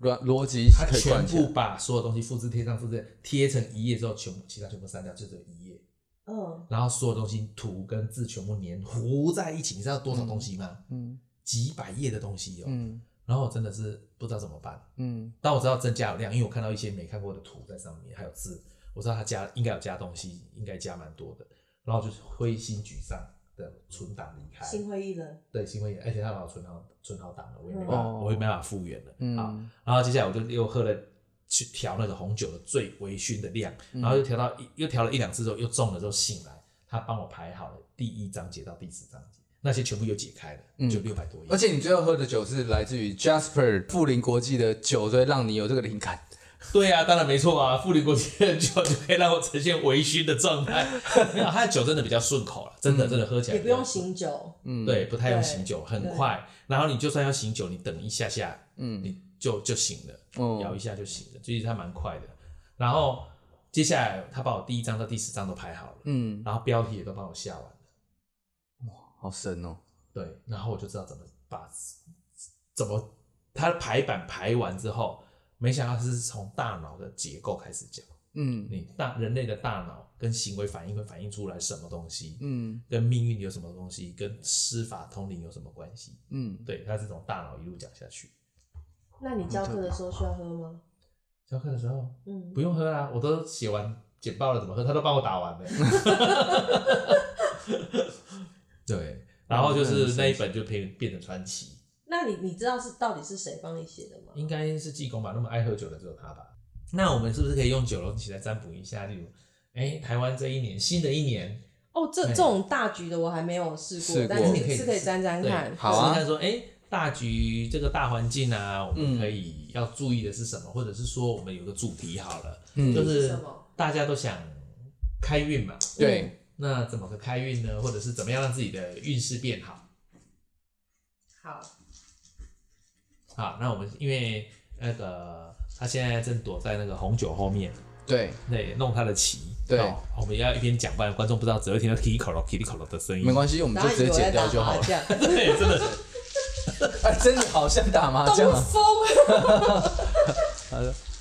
S1: 逻逻辑
S2: 他
S1: 可以
S2: 全
S1: 灌起
S2: 部
S1: 来。
S2: 把所有东西复制贴上，复制贴成一页之后，全部其他全部删掉，就只有一页。
S3: 嗯，
S2: 然后所有东西图跟字全部粘糊在一起，你知道多少东西吗？
S1: 嗯
S2: 几百页的东西哦。
S1: 嗯
S2: 然后我真的是不知道怎么办，
S1: 嗯
S2: 但我知道增加有量，因为我看到一些没看过的图在上面，还有字，我知道他加应该有加东西，应该加蛮多的。然后我就是灰心沮丧的存档离
S1: 哎
S2: 开，
S3: 心灰意冷，
S2: 对，心灰意冷，而且他把我存好存好档了，我也没办法，
S1: 嗯
S2: 我也没办法复原了。好，
S1: 嗯，
S2: 然后接下来我就又喝了去调那个红酒的最微醺的量，然后又调到一又调了一两次之后又中了之后醒来，他帮我排好了第一章节到第十章节，那些全部又解开了，就六百多页。
S1: 而且你最后喝的酒是来自于 Jasper 富林国际的酒，所以让你有这个灵感。
S2: 对啊，当然没错啊，富林国际的酒就可以让我呈现微醺的状态。没有，他的酒真的比较顺口了，真的真的喝起来
S3: 也不用
S2: 醒，
S3: 醒酒，
S1: 嗯
S2: 对，不太用
S3: 对
S2: 醒酒，很
S3: 对
S2: 快。然后你就算要醒酒，你等一下下，嗯，你就就醒了。
S1: 哦
S2: 摇一，下就行了，其实它蛮快的。然后接下来他把我第一章到第十章都排好了，
S1: 嗯，
S2: 然后标题也都帮我下完了，
S1: 好神哦。
S2: 对，然后我就知道怎么把怎么他排版排完之后，没想到是从大脑的结构开始讲，
S1: 嗯
S2: 你大人类的大脑跟行为反应会反映出来什么东西，
S1: 嗯
S2: 跟命运有什么东西，跟司法通灵有什么关系？
S1: 嗯，
S2: 对，他是从大脑一路讲下去。
S3: 那你教课的时候需要喝吗？
S2: 教课的时候
S3: 嗯，
S2: 不用喝啊，我都写完简报了，怎么喝？他都帮我打完了。 [laughs] 对，然后就是那一本就变变成传奇，
S3: 那你你知道是到底是谁帮你写的吗？
S2: 应该是济公吧？那么爱喝酒的只有他吧？那我们是不是可以用九龙旗来占卜一下？例如，哎，台湾这一年，新的一年，
S3: 哦，这
S2: 哎
S3: 这种大局的我还没有试
S1: 试过
S3: 过，但是
S1: 你
S2: 可以
S3: 是可以沾沾
S2: 对
S3: 看。嗯
S1: 好啊
S2: 试试看说，哎，大局这个大环境啊，我们可以要注意的是什么？或者是说，我们有个主题好了，
S1: 嗯
S2: 就是
S3: 什么
S2: 大家都想开运嘛，
S1: 对，
S2: 那怎么个开运呢？或者是怎么样让自己的运势变好？
S3: 好，
S2: 好，那我们因为那个他现在正躲在那个红酒后面，
S1: 对，
S2: 对，弄他的旗。
S1: 对
S2: 哦我们要一边讲，不然观众不知道，只会听到 k i k o 咯 k i k o 咯的声音。
S1: 没关系，我们
S3: 然
S1: 就
S3: 后
S1: 直接
S3: 以为
S1: 剪
S3: 在
S1: 掉
S3: 打
S1: 就好
S3: 麻
S1: 了。
S3: 将，
S2: 对，真的是
S1: [laughs] 哎，真的好像打麻将 [laughs]
S3: 东
S1: 啊！
S3: 风。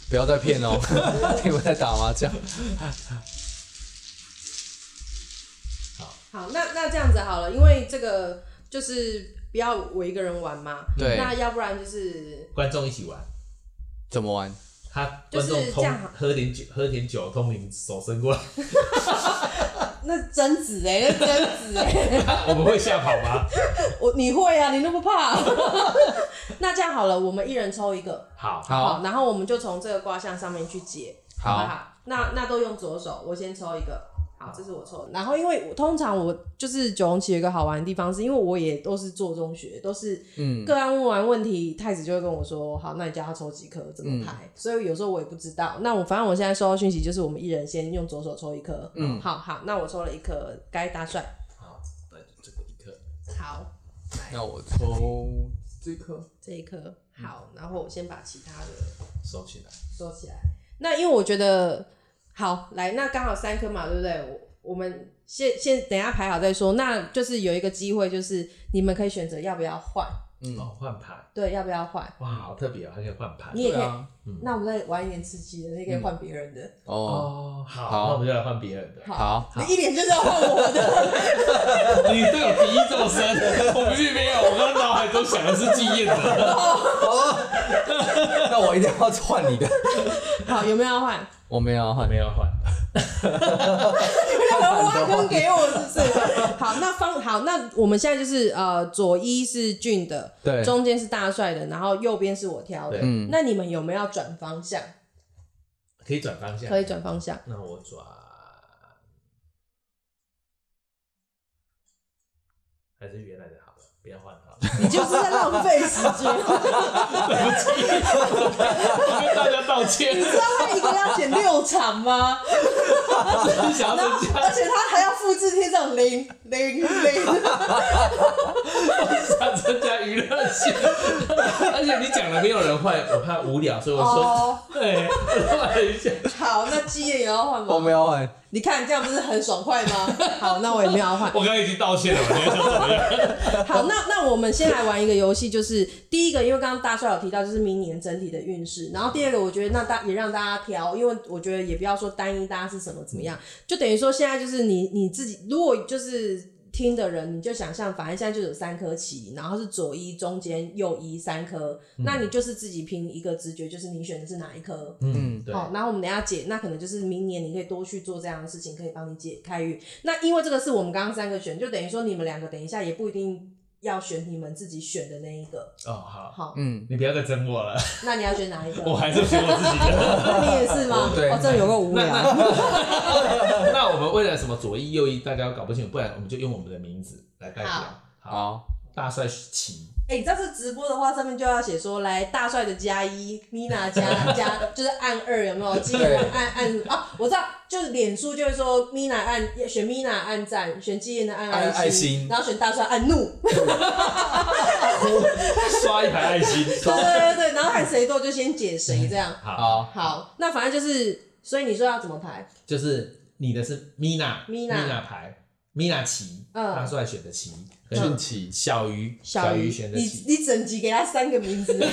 S1: 不要再骗哦， [laughs] 你们在打麻将。
S3: 好，那那这样子好了，因为这个就是不要我一个人玩嘛。
S1: 对
S3: 那要不然就是
S2: 观众一起玩，
S1: 怎么玩？
S2: 他
S3: 就
S2: 观
S3: 是
S2: 众
S3: 这
S2: 通
S3: 样
S2: 喝点酒，喝点酒通灵手伸过来，
S3: 那贞子哎、那贞子哎、 [laughs]
S2: 我们会吓跑吗？ [laughs]
S3: 我你会啊，你那么怕。啊 [laughs] 那这样好了，我们一人抽一个，
S2: 好，
S1: 好，
S3: 然后我们就从这个卦象上面去解，
S1: 好
S3: 不好？那那都用左手，我先抽一个。好，这是我抽的。然后，因为我通常我就是九龙旗有一个好玩的地方，是因为我也都是做中学，都是
S1: 嗯
S3: 个啊案问完问题，太子就会跟我说：“好，那你叫他抽几颗，怎
S1: 嗯
S3: 么排？”所以有时候我也不知道。那我反正我现在收到讯息，就是我们一人先用左手抽一颗。嗯，好好，那我抽了一颗，该大帅。
S2: 好，那就这个一刻，
S3: 好，
S1: 那我抽这颗。
S3: 这一颗
S1: 嗯
S3: 好，然后我先把其他的
S2: 收起来。
S3: 收起来。那因为我觉得好来，那刚好三颗嘛，对不对？我我们先先等一下排好再说。那就是有一个机会，就是你们可以选择要不要换，
S2: 哦，换牌，
S3: 对，要不要换？
S2: 哇，好特别哦，还可以换牌
S3: 你。也
S1: 对
S3: 可以。
S1: 啊，嗯
S3: 那我们再玩一点刺激的，你可以换别人的。
S1: 哦，
S2: 哦，好，
S1: 好
S2: 那我们就来换别人的。
S1: 好，
S3: 你一脸就是要换我的，
S2: 你对我敌意这么深，我并没有，我刚刚脑海中想的是纪念的。
S1: 那我一定要换你的。 [laughs]
S3: 好，有没有要换？
S1: 我没有要换，
S2: 没有换，
S3: 不要挖坑给我，是不是？好，那方好，那我们现在就是呃，左一是俊的，
S1: 对
S3: 中间是大帅的，然后右边是我挑
S2: 对。
S3: 的
S1: 嗯
S3: 那你们有没有要转方向？
S2: 可以转方向。
S3: 可以转方向。
S2: 那我转，还是原来的好了，不要换好了。
S3: 你就是在浪费时
S2: [laughs]
S3: 间，
S2: 我跟大家道 [laughs] 歉，
S3: 你知道他一个要剪六场吗？
S2: 是想要
S3: 然后
S2: 增加
S3: 而且他还要复制贴上零零零，
S2: 想增加娱乐性，而且你讲了没有人换，我怕无聊，所以我说
S3: 哦，
S2: 对，换了一下。
S3: 好，那基业也要换
S1: 我
S3: 吗？
S1: 没有要换。
S3: 你看这样不是很爽快吗？好，那我也没有要换。
S2: 我刚刚已经道歉了，我现在想怎么样？
S3: [laughs] 好，那那我们先来玩一个游戏，就是第一个，因为刚刚大帅有提到，就是明年整体的运势。然后第二个，我觉得那大也让大家挑，因为我觉得也不要说单一大家是什么怎么样，就等于说现在就是你你自己，如果就是。听的人，你就想象，反正现在就有三颗棋，然后是左一、中间、右一三颗，那你就是自己凭一个直觉，就是你选的是哪一颗。
S2: 嗯，对，
S3: 好，然后我们等一下解，那可能就是明年你可以多去做这样的事情，可以帮你解开运。那因为这个是我们刚刚三个选，就等于说你们两个等一下也不一定要选你们自己选的那一个。
S2: 哦，好，
S3: 好，
S1: 嗯，
S2: 你不要再整我了， [laughs]
S3: 那你要选哪一个？
S1: [laughs]
S2: 我还是选我自己的。
S3: 那你也是吗？
S1: 对
S3: 哦，这有个无聊。
S2: 那我们为了什么左翼右翼大家搞不清楚，不然我们就用我们的名字来代表。
S3: 好
S2: 好，
S1: 好，
S2: 大帅旗，
S3: [laughs] 哎、你这次直播的话，上面就要写说，来大帅的加一，米娜加加，就是按二，有没有？基
S1: 对
S3: 业按按啊，我知道，就是脸书就会说米娜按选米娜按赞，选基业的按
S1: 按爱
S3: 心
S1: 心
S3: 然后选大帅按怒。
S2: 刷一排爱心。
S3: 对 [laughs] 对对对，然后看谁多就先解谁这样。
S2: 好，
S1: 好，
S3: 好，那反正就是，所以你说要怎么排？
S2: 就是你的是 Mina
S3: Mina
S2: 牌，米娜奇，
S3: 嗯
S2: 大帅选的奇，
S4: 俊奇
S2: 小鱼，
S3: 小
S2: 鱼
S3: 鱼
S2: 选，的
S3: 你
S2: 奇，
S3: 你整集给他三个名字，人
S2: [laughs]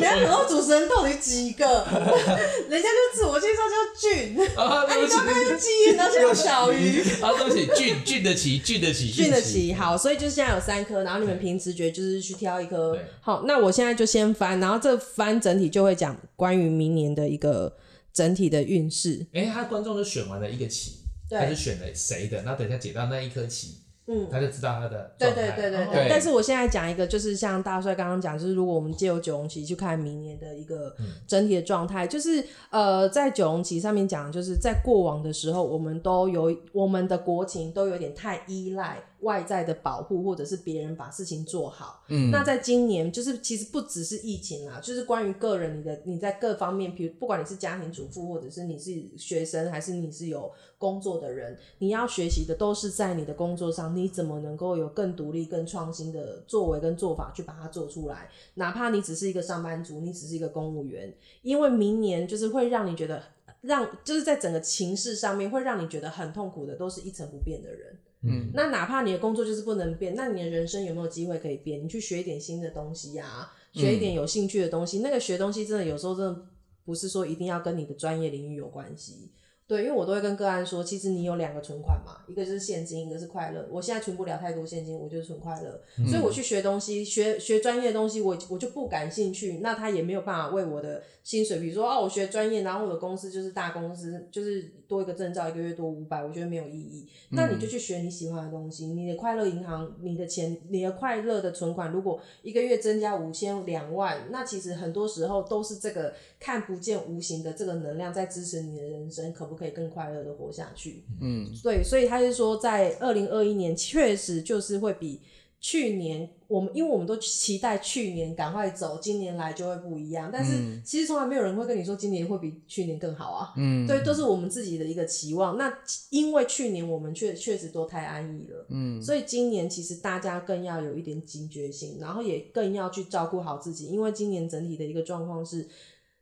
S3: 家然后主持人到底几个？ [laughs] 人家就自我介绍叫
S2: [laughs]
S3: 俊，
S2: 啊，
S3: 哎，
S2: 对不
S3: 你
S2: 起
S3: 刚刚又记忆，然后叫小鱼。
S2: 啊，对不起，俊俊的奇，俊的奇，
S3: 俊得起，好，所以就是现在有三颗，然后你们凭直觉就是去挑一颗
S2: 对。
S3: 好，那我现在就先翻，然后这翻整体就会讲关于明年的一个整体的运势。
S2: 哎、他观众就选完了一个棋，
S3: 对
S2: 他就选了谁的，那等一下解到那一颗棋，
S3: 嗯，
S2: 他就知道他的
S3: 对
S2: 状
S3: 对
S2: 态。
S3: 对对
S2: 哦
S3: 对。但是我现在讲一个，就是像大帅刚刚讲，就是如果我们借由九龙旗去看明年的一个
S2: 嗯
S3: 整体的状态，就是呃，在九龙旗上面讲，就是在过往的时候，我们都有我们的国情都有点太依赖外在的保护，或者是别人把事情做好。嗯，那在今年，就是其实不只是疫情啦，就是关于个人你的你在各方面，比如不管你是家庭主妇，或者是你是学生，还是你是有工作的人，你要学习的都是在你的工作上，你怎么能够有更独立、更创新的作为跟做法去把它做出来？哪怕你只是一个上班族，你只是一个公务员，因为明年就是会让你觉得，让就是在整个情势上面会让你觉得很痛苦的，都是一成不变的人。
S1: 嗯，
S3: 那哪怕你的工作就是不能变，那你的人生有没有机会可以变？你去学一点新的东西呀、学一点有兴趣的东西。那个学东西真的有时候真的不是说一定要跟你的专业领域有关系。对，因为我都会跟个案说，其实你有两个存款嘛，一个就是现金，一个是快乐。我现在存不了太多现金，我就是存快乐。所以我去学东西，学学专业的东西，我我就不感兴趣，那他也没有办法为我的薪水，比如说哦，我学专业，然后我的公司就是大公司，就是多一个证照，一个月多五百，我觉得没有意义。那你就去学你喜欢的东西，你的快乐银行，你的钱，你的快乐的存款，如果一个月增加五千两万，那其实很多时候都是这个看不见无形的这个能量在支持你的人生，可不可以更快乐的活下去？嗯，对，所以他是说，在二零二一年确实就是会比去年我们，因为我们都期待去年赶快走，今年来就会不一样，但是其实从来没有人会跟你说今年会比去年更好啊。嗯，对，都是我们自己的一个期望。那因为去年我们确确实都太安逸
S1: 嗯
S3: 了，所以今年其实大家更要有一点警觉性，然后也更要去照顾好自己，因为今年整体的一个状况是，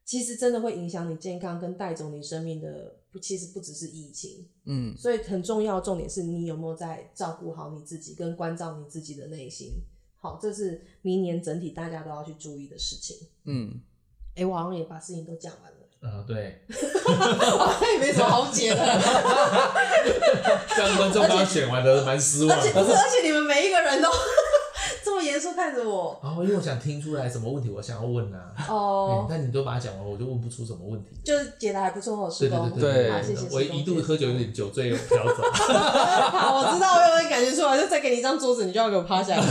S3: 其实真的会影响你健康跟带走你生命的，不其实不只是疫情，
S1: 嗯，
S3: 所以很重要的重点是你有没有在照顾好你自己，跟关照你自己的内心。好，这是明年整体大家都要去注意的事情。
S1: 嗯，
S3: 哎、我好像也把事情都讲完了， [laughs]
S2: 嗯，对，
S3: 好像也没什么好解的。
S2: 这样观众刚刚选完的蛮失望
S3: 而且不是，
S2: 的。
S3: 而且你们每一个人都 [laughs] 这么严肃看着我。
S2: 哦，因为我想听出来什么问题，我想要问啊。
S3: 哦
S2: 哎，但你都把它讲完，我就问不出什么问题。
S3: 就是解的还不错，哦施
S2: 对对
S3: 工。
S2: 对
S1: 对
S3: 好，谢
S2: 对，
S3: 谢
S2: 我一度喝酒有点酒醉飘走。
S3: [laughs]
S2: [laughs]
S3: 好，我知道，我有点感觉出来，就再给你一张桌子，你就要给我趴下来。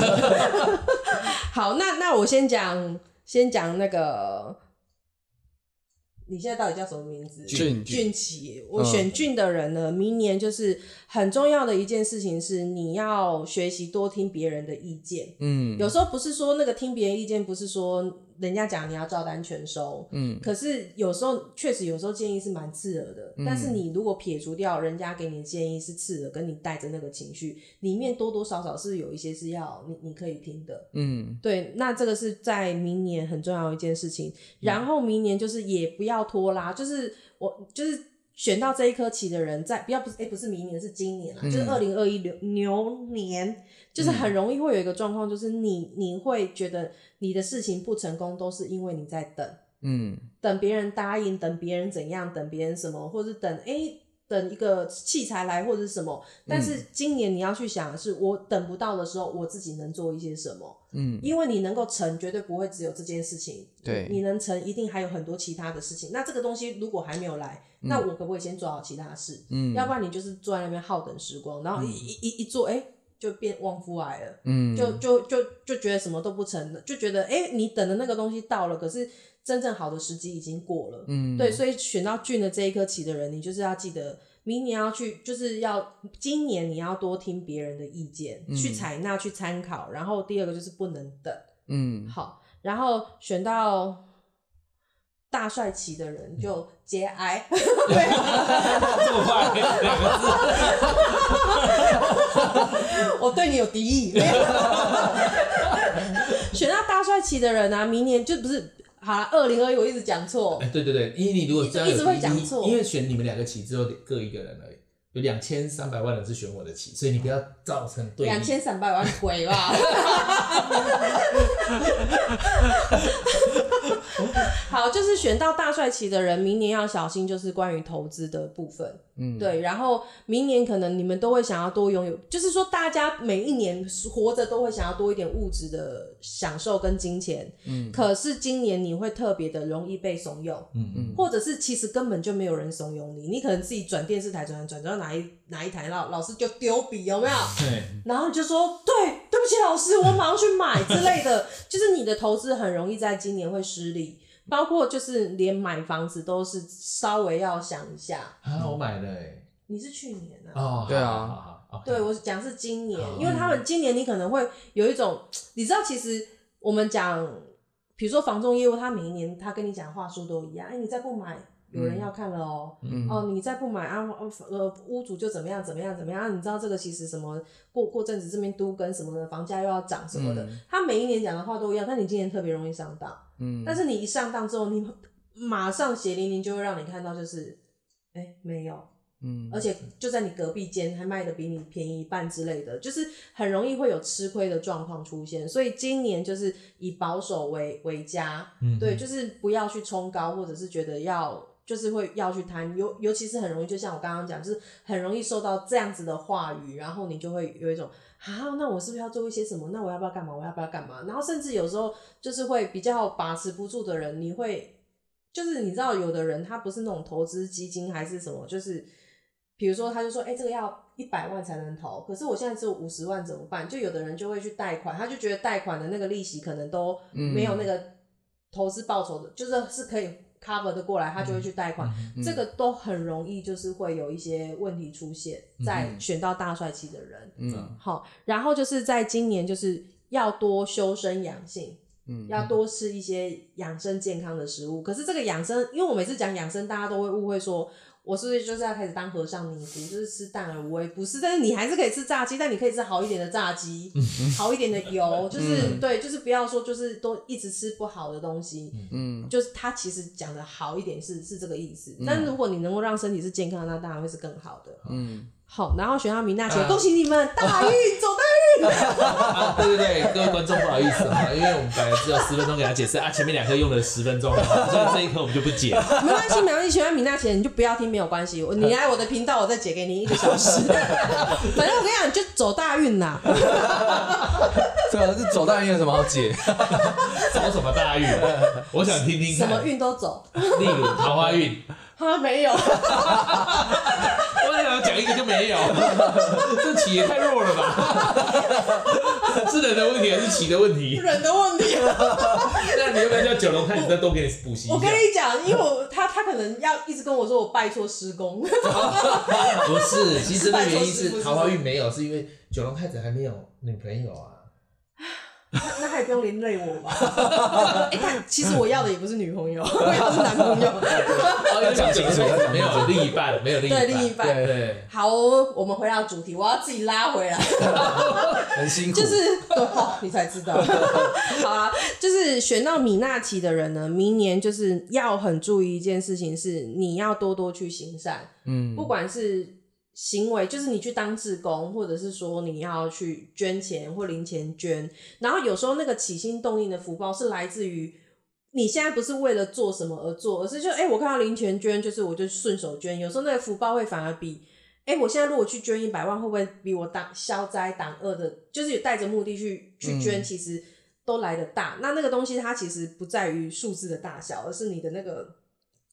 S3: [laughs] 好，那那我先讲，先讲那个，你现在到底叫什么名字？
S1: 俊
S3: 俊奇。我
S2: 嗯
S3: 选俊的人呢，明年就是很重要的一件事情是，你要学习多听别人的意见。
S1: 嗯
S3: 有时候不是说那个听别人意见，不是说人家讲你要照单全收，
S1: 嗯，
S3: 可是有时候确实有时候建议是蛮刺耳的，但是你如果撇除掉人家给你的建议是刺耳，跟你带着那个情绪，里面多多少少是有一些是要你你可以听的，
S1: 嗯
S3: 对，那这个是在明年很重要的一件事情。然后明年就是也不要拖拉，就是我就是选到这一颗棋的人在，不要不是哎、不是明年是今年啦，就是二零二一牛牛年，就是很容易会有一个状况，就是你你会觉得你的事情不成功，都是因为你在等。
S1: 嗯
S3: 等别人答应，等别人怎样，等别人什么，或是等诶等一个器材来或者是什么。但
S1: 嗯
S3: 是今年你要去想的是，我等不到的时候，我自己能做一些什么？
S1: 嗯，
S3: 因为你能够成，绝对不会只有这件事情。
S1: 对
S3: 你能成，一定还有很多其他的事情。那这个东西如果还没有来，那我可不可以先做好其他事？
S1: 嗯
S3: 要不然你就是坐在那边耗等时光，然后一一一一做，哎、就变旺夫癌了。
S1: 嗯，
S3: 就就就就觉得什么都不成了，就觉得哎、诶你等的那个东西到了，可是真正好的时机已经过了。
S1: 嗯
S3: 对，所以选到俊的这一颗棋的人，你就是要记得，明年要去，就是要今年你要多听别人的意见，去采纳、去参考。然后第二个就是不能等，
S1: 嗯
S3: 好，然后选到。大帅棋的人就节哀， [laughs]
S2: 这么快， [laughs] 两个字
S3: [laughs] 我对你有敌意。选到大帅棋的人啊，明年就不是好了，二零二一我一直讲错
S2: 哎，，对对对，因为你如果这样有
S3: 哦一直会讲错
S2: 因为选你们两个棋只有各一个人而已，有两千三百万人是选我的棋，所以你不要造成对立。
S3: 两千三百万回 [laughs] 吧。好，就是选到大帅旗的人，明年要小心，就是关于投资的部分。嗯，对。然后明年可能你们都会想要多拥有，就是说大家每一年活着都会想要多一点物质的享受跟金钱。嗯，可是今年你会特别的容易被怂恿。
S2: 嗯嗯，
S3: 或者是其实根本就没有人怂恿你，你可能自己转电视台转转转到哪一哪一台，老老师就丢笔有没有？
S2: 对，
S3: 然后你就说对，对不起老师，我马上去买之类的，就是你的投资很容易在今年会失利，包括就是连买房子都是稍微要想一下。
S2: 啊，我买了哎，
S3: 你是去年啊？
S2: 哦，
S1: 对啊
S2: 好，好好好
S3: 对，我讲是今年，因为他们今年你可能会有一种，你知道，其实我们讲，比如说房仲业务，他每一年他跟你讲的话术都一样，哎、你再不买，有
S2: 嗯
S3: 人要看了哦、
S1: 嗯
S3: 哦，你再不买啊，哦呃，屋主就怎么样怎么样怎么样，啊你知道这个其实什么过过阵子这边都跟什么的房价又要涨什么的，他每一年讲的话都一样，但你今年特别容易上当，
S1: 嗯
S3: 但是你一上当之后，你马上血淋淋就会让你看到就是，哎、没有。
S1: 嗯
S3: 而且就在你隔壁间还卖的比你便宜一半之类的，就是很容易会有吃亏的状况出现。所以今年就是以保守为为佳，
S2: 嗯
S3: 对，就是不要去冲高，或者是觉得要就是会要去贪，尤尤其是很容易，就像我刚刚讲，就是很容易受到这样子的话语，然后你就会有一种啊，那我是不是要做一些什么？那我要不要干嘛？我要不要干嘛？然后甚至有时候就是会比较把持不住的人，你会就是你知道，有的人他不是那种投资基金还是什么，就是比如说他就说，哎、这个要一百万才能投，可是我现在只有五十万怎么办？就有的人就会去贷款，他就觉得贷款的那个利息可能都没有那个投资报酬的，就是是可以 cover 的过来，他就会去贷款，
S1: 嗯
S3: 这个都很容易就是会有一些问题出现在选到大帅气的人。
S1: 嗯
S3: 好，然后就是在今年就是要多修身养性，
S1: 嗯
S3: 要多吃一些养生健康的食物。可是这个养生，因为我每次讲养生，大家都会误会说。我是不是就是要开始当和尚尼姑，就是吃淡而无味？不是，但是你还是可以吃炸鸡，但你可以吃好一点的炸鸡，
S1: 嗯
S3: 好一点的油，就是、对，就是不要说就是都一直吃不好的东西。
S1: 嗯
S3: 就是他其实讲的好一点是是这个意思，但如果你能够让身体是健康，那当然会是更好的。
S1: 嗯，
S3: 好，然后选到米娜姐，
S2: 啊
S3: 恭喜你们，大运走大
S2: 啊，对对对，各位观众不好意思啊，因为我们本来只有十分钟给他解释啊，前面两颗用了十分钟，所以这一颗我们就不
S3: [laughs]
S2: 解。
S3: 运，没关系，没关系，选到米娜姐你就不要听，没有关系，我你来我的频道，我再解给你一个小时。反正我跟你讲，你就走大运啦。
S1: 对啊，这走大运有什么好解？ [laughs]
S2: 走什么大运？我想听听
S3: 什么
S2: 看，
S3: 运都走，
S2: 例如桃花运，
S3: 啊，没有，
S2: 我想讲一个就没有， [laughs] 这棋也太弱了吧？ [laughs] 是人的问题还是棋的问题？
S3: 人的问题。
S2: 那你要不要叫九龙看？你再多给你补习一
S3: 我跟
S2: 下？
S3: 你讲，因为我他他可能要一直跟我说我拜错师
S2: [laughs]
S3: 公，
S2: 不是，其实真的原因是桃花运没有，是因为九龙太子还没有女朋友啊。
S3: 那他也不用连累我吧？哎、但其实我要的也不是女朋友，我要的是男朋友。
S2: [laughs] 哦，要讲清楚，没有另一半，没有另一
S3: 对
S2: 半，
S3: 另一半
S2: 对对，
S3: 好，我们回到主题，我要自己拉回来，
S1: 很辛苦，
S3: 就是对、哦，你才知道。
S1: [laughs]
S3: 好啊，就是选到米纳奇的人呢，明年就是要很注意一件事情是，你要多多去行善，
S1: 嗯
S3: 不管是行为，就是你去当志工，或者是说你要去捐钱或零钱捐，然后有时候那个起心动念的福报是来自于。你现在不是为了做什么而做，而是就哎、我看到零钱捐，就是我就顺手捐。有时候那个福报会反而比哎、我现在如果去捐一百万，会不会比我挡消灾挡恶的，就是有带着目的去去捐，其实都来得大。那那个东西它其实不在于数字的大小，而是你的那个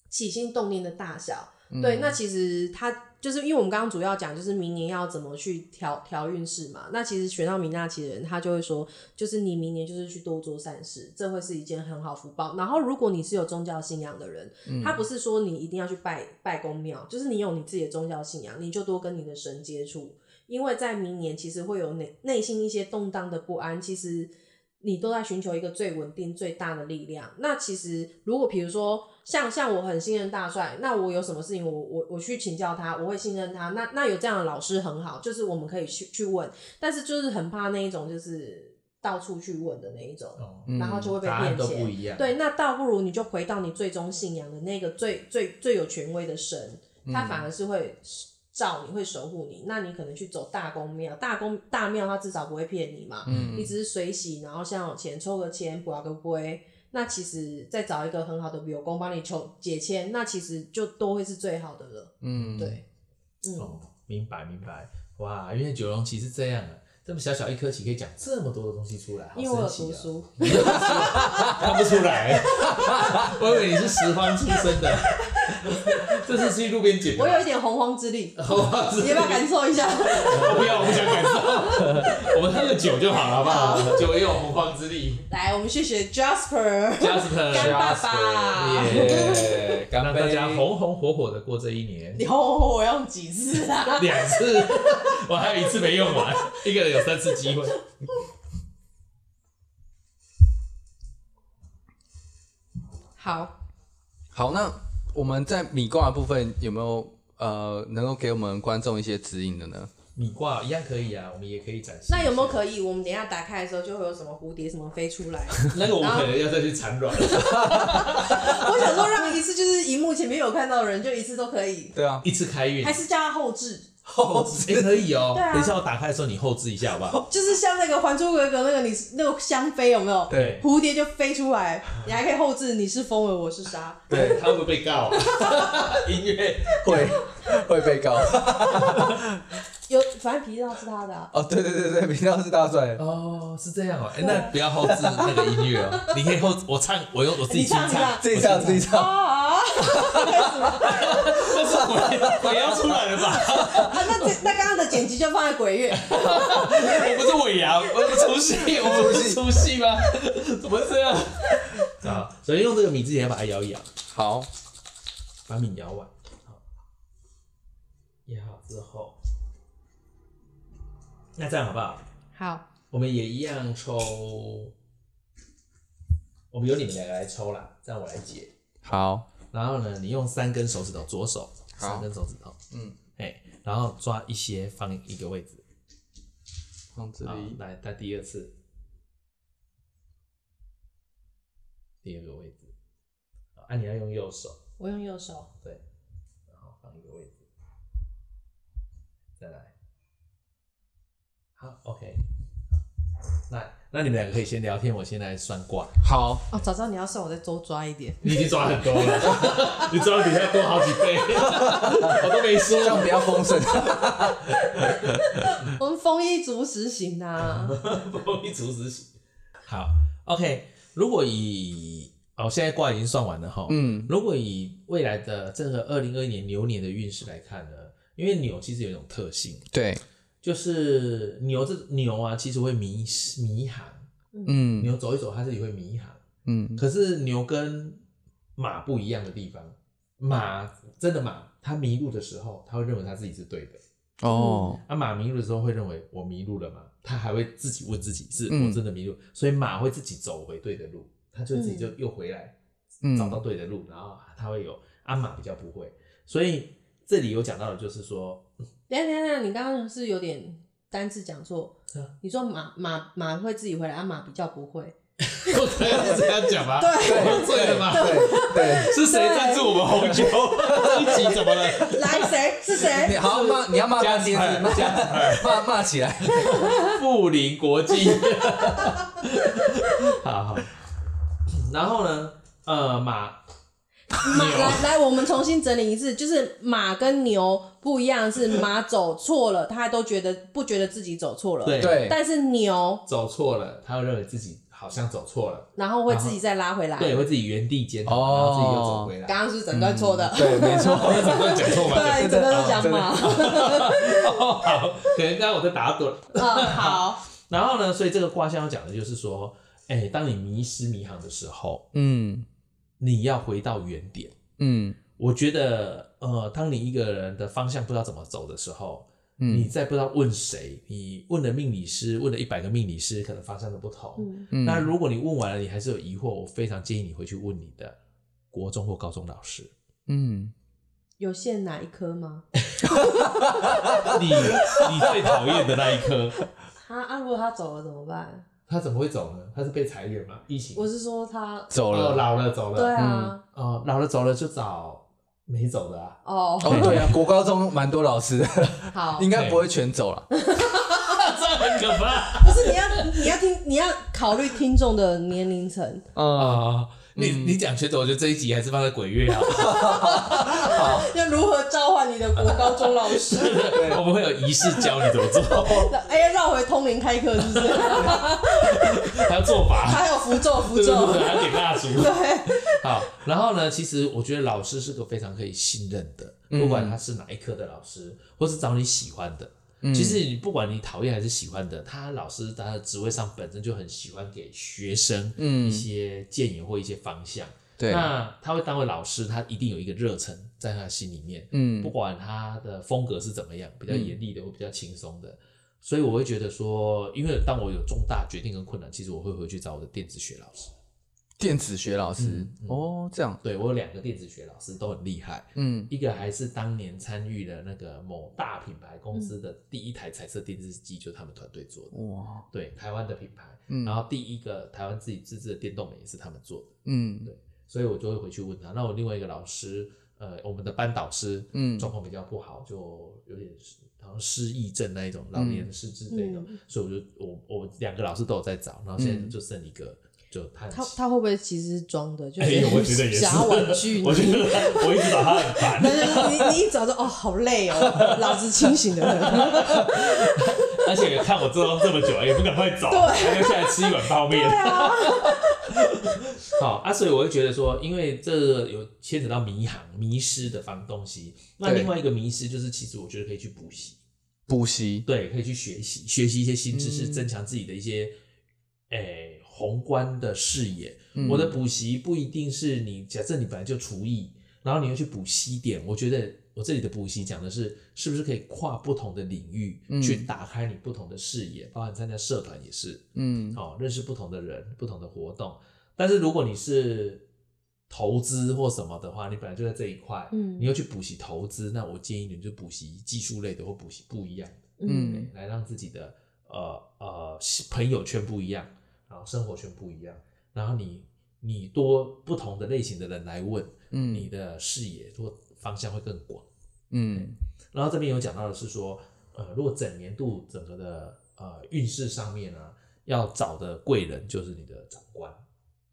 S3: 起心动念的大小。
S1: 嗯
S3: 对，那其实它就是因为我们刚刚主要讲就是明年要怎么去调调运势嘛。那其实选到米纳奇的人，他就会说，就是你明年就是去多做善事，这会是一件很好福报。然后如果你是有宗教信仰的人，他不是说你一定要去拜拜公庙，就是你有你自己的宗教信仰，你就多跟你的神接触，因为在明年其实会有内内心一些动荡的不安，其实你都在寻求一个最稳定、最大的力量。那其实如果比如说像像我很信任大帅，那我有什么事情我我我去请教他，我会信任他。那那有这样的老师很好，就是我们可以去去问，但是就是很怕那一种就是到处去问的那一种，
S2: 哦
S3: 然后就会被
S2: 答案
S3: 骗
S2: 都
S3: 钱
S2: 不。一样。
S3: 对，那倒不如你就回嗯到你最终信仰的那个最最最有权威的神，他反而是会罩你，会守护你。那你可能去走大公庙，大公大庙它至少不会骗你嘛，嗯、你只是水洗，然后向往前抽个签，卜个龟。那其实再找一个很好的柳工帮你求解签，那其实就都会是最好的了。
S1: 嗯，
S3: 对，嗯，
S2: 哦，明白明白，哇，原来九龙棋是这样啊，这么小小一颗棋可以讲这么多的东西出来，好
S3: 因为我有
S2: 神奇
S3: 读
S2: 啊，
S3: 书，
S2: [laughs] 看不出来， [laughs] 我以为你是拾荒出身的， [laughs] 这是去路边捡的
S3: 我
S2: 吧，
S3: 有一点啊 [laughs] 洪荒之力，
S2: 我
S3: 你要不要感受一下？ [laughs]
S2: [laughs] 不要，我不想感受，我们喝个酒就好了，好不好？酒也有洪荒之力
S3: 来，我们谢谢 Jasper。干 [laughs]
S2: ，Jasper，
S3: 爸爸，
S1: 耶，干
S2: [laughs] 让大
S1: 杯！
S2: 家红红火火的过这一年。
S3: 你哄哄我用几次啊？ [laughs]
S2: 两次， [laughs] 我还有一次没用完，一个人有三次机会。
S3: 好，
S1: 好，那我们在米卦的部分有没有呃能够给我们观众一些指引的呢？
S2: 米卦一样可以啊，我们也可以展示。
S3: 那有没有可以？我们等一下打开的时候就会有什么蝴蝶什么飞出来？ [laughs]
S2: 那个我们可能要再去产卵，
S3: 我想说，让一次就是荧幕前面有看到的人，就一次都可以，
S1: 对啊，
S2: 一次开运
S3: 还。是叫他后置，
S1: 后
S2: 哎、可以哦、
S3: 对啊
S2: 等一下我打开的时候你后置一下好不好？
S3: 就是像那个《还珠格格》那个你那个香妃有没有？
S1: 对
S3: 蝴蝶就飞出来，你还可以后置，你是风儿，我是沙。
S1: 对，
S2: 他会不会被
S3: [laughs]
S2: 告、啊音乐
S1: [laughs] 会会被告 [laughs]
S3: 有，反正皮道是他
S1: [laughs]
S3: 的啊、
S1: 哦，对对对对，频道是大帅，
S2: 哦，是这样哦、哎、那不要后置那个音乐哦、你可以后我唱，我用我自己清
S3: 你唱你唱
S1: 自己唱自己唱，
S3: 啊！
S2: 这 [laughs] 是鬼鬼要出来了吧？
S3: 啊，那这那刚刚的剪辑就放在鬼月，
S2: 我不是尾牙，我不出戏，我不是出戏吗？怎么这样？啊，首先用这个米字也要把它摇一摇。
S1: 好，
S2: 把米摇完，好，压好之后，那这样好不好？
S3: 好，
S2: 我们也一样抽，我们由你们两个来抽啦，这样我来解。
S1: 好，
S2: 然后呢，你用三根手指头，左手
S1: 好
S2: 三根手指头，
S1: 嗯，
S2: 哎，然后抓一些放一个位置，
S1: 放这
S2: 好
S1: 里，，
S2: 来，再第二次，第二个位置，好啊，你要用右手，
S3: 我用右手。
S2: 对，然后放一个位置，再来，好，OK，那那你们两个可以先聊天，我先来算卦。
S1: 好，
S3: 哦，早知道你要算，我再多抓一点。
S2: 你已经抓很多 [laughs] 了，你抓的比他多好几 [laughs] 倍，我都没
S1: 这样
S2: 说，
S1: 比较丰盛。
S3: 我们丰衣足食行啊，
S2: 不一竹子行。好，OK，如果以哦，现在卦已经算完了哈，
S1: [laughs] 嗯，
S2: 如果以未来的这个二零二一年牛年的运势来看呢，因为牛其实有一种特性，
S1: 对，
S2: 就是牛这牛啊，其实会迷失迷航。
S1: 嗯
S2: 牛走一走，它自己会迷航。
S1: 嗯
S2: 可是牛跟马不一样的地方，马真的马，它迷路的时候，它会认为它自己是对的。
S1: 哦，
S2: 啊，马迷路的时候会认为我迷路了嘛？它还会自己问自己，是
S1: 嗯
S2: 我真的迷路？所以马会自己走回对的路，它就自己就又回来，
S1: 嗯
S2: 找到对的路，然后它会有。啊，马比较不会，所以这里有讲到的就是说，
S3: 等一下等一下等一下，你刚刚是有点单字讲错
S2: 啊。
S3: 你说马马马会自己回来，啊马比较不会。
S2: 我可以这样讲吗？
S3: 对
S2: 我醉了吗？
S1: 对对，
S2: 是谁赞助我们红酒？这一集怎么了？
S3: 来谁
S1: [laughs]
S3: 是谁？
S1: 你好骂你要骂
S2: 加
S1: 他
S2: 起
S1: 先
S2: 来
S1: 骂骂骂起来，
S2: 富林国际。 [laughs] 好好，然后呢，呃，马
S3: 马
S2: 牛
S3: 来来，我们重新整理一次，就是马跟牛不一样，是马走错了，他都觉得不觉得自己走错了，
S2: 对
S1: 对
S3: 但是牛，
S2: 走错了，他会认为自己好像走错了，
S3: 然后会自己再拉回来。
S2: 对，会自己原地检讨，
S1: 哦
S2: 然后自己又走回 [laughs] 来。
S3: 哎刚刚是整段错的，
S1: 对，没错，
S2: 整段讲错吗？
S3: 对，你整段都讲马。
S2: 哦好，可能刚刚我在打盹。
S3: [laughs] 嗯，好，
S2: 然后呢，所以这个卦象要讲的就是说，哎、当你迷失迷航的时候，
S1: 嗯
S2: 你要回到原点。
S1: 嗯
S2: 我觉得，呃，当你一个人的方向不知道怎么走的时候，你
S1: 嗯
S2: 再不知道问谁，你问了命理师，问了一百个命理师，可能方向都不同。
S3: 嗯
S1: 嗯，
S2: 那如果你问完了，你还是有疑惑，我非常建议你回去问你的国中或高中老师。
S1: 嗯
S3: 有限哪一科吗？
S2: 你你最讨厌的那一科，
S3: 啊啊！如果他走了怎么办？
S2: 他怎么会走呢？他是被裁员吗？疫情
S3: 我是说他，
S1: 走
S2: 哦
S1: 了，
S2: 老了走了，
S3: 对啊，
S2: 哦老了走了就找没走的啊，
S3: 哦，
S1: 哦，对啊，国高中蛮多老师的，
S3: 好，
S1: 应该不会全走了。
S2: 这很可怕
S3: 不是你要你要听你要考虑听众的年龄层，
S1: 嗯，
S2: 啊！你你讲全走，我觉得这一集还是放在鬼 [laughs] 月好了，
S3: 要如何召唤你的国高中老师？
S2: 我们会有仪式教你怎么 [laughs] 做，
S3: [laughs] 哎呀，绕回通灵开课是不 [laughs] 是？
S2: 还有做法。
S3: 还有符咒符
S2: 对对
S3: 咒，
S2: 对，还要点蜡烛。 [laughs] 好，然后呢，其实我觉得老师是个非常可以信任的，不管他是哪一科的老师，或是找你喜欢的。其实你不管你讨厌还是喜欢的，他老师他的职位上本身就很喜欢给学生一些建议或一些方向。
S1: 对，
S2: 那他会当为老师，他一定有一个热忱在他心里面。
S1: 嗯
S2: 不管他的风格是怎么样，比较严厉的或比较轻松的，所以我会觉得说，因为当我有重大决定跟困难，其实我会回去找我的电子学老师。
S1: 电子学老师，哦，这样，
S2: 对我有两个电子学老师都很厉害，
S1: 嗯
S2: 一个还是当年参与了那个某大品牌公司的第一台彩色电视机，就是他们团队做的，
S1: 哇，
S2: 对台湾的品牌。
S1: 嗯
S2: 然后第一个台湾自己自制的电动美也是他们做的。
S1: 嗯
S2: 所以我就会回去问他。那我另外一个老师，呃，我们的班导师，
S1: 嗯
S2: 状况比较不好，就有点失好像失忆症那一种，老年失智那一种，
S3: 嗯
S2: 所以我就我我两个老师都有在找，然后现在就剩一个，就叹
S3: 他
S2: 气。
S3: 他会不会其实装的？就
S2: 哎我觉得也是
S3: 想要婉拒
S2: 我觉
S3: [laughs] 你。
S2: 得我一直找他很烦。
S3: 但是你你一早就哦，好累 [laughs] 哦，老子清醒的很。
S2: [laughs] 而且看我做到这么久，也不赶快走，还留下来吃一碗泡面。 [laughs] 好啊，所以我会觉得说，因为这个有牵扯到迷航、迷失的方东西。那
S1: 对
S2: 另外一个迷失就是，其实我觉得可以去补习。
S1: 补习，
S2: 对，可以去学习学习一些新知识，
S1: 嗯
S2: 增强自己的一些诶、宏观的视野。我的补习不一定是你，假设你本来就厨艺，然后你又去补西点，我觉得我这里的补习讲的是是不是可以跨不同的领域、去打开你不同的视野，包含参加社团也是，
S1: 嗯
S2: 哦，认识不同的人、不同的活动。但是如果你是投资或什么的话，你本来就在这一块，
S3: 嗯
S2: 你又去补习投资，那我建议你就补习技术类的或补习不一样的。
S3: 嗯，
S1: 嗯
S2: 来让自己的呃呃朋友圈不一样，然后生活圈不一样，然后你你多不同的类型的人来问，你
S1: 嗯
S2: 的视野或方向会更广。
S1: 嗯
S2: 然后这边有讲到的是说，呃，如果整年度整个的呃运势上面呢、要找的贵人就是你的长官，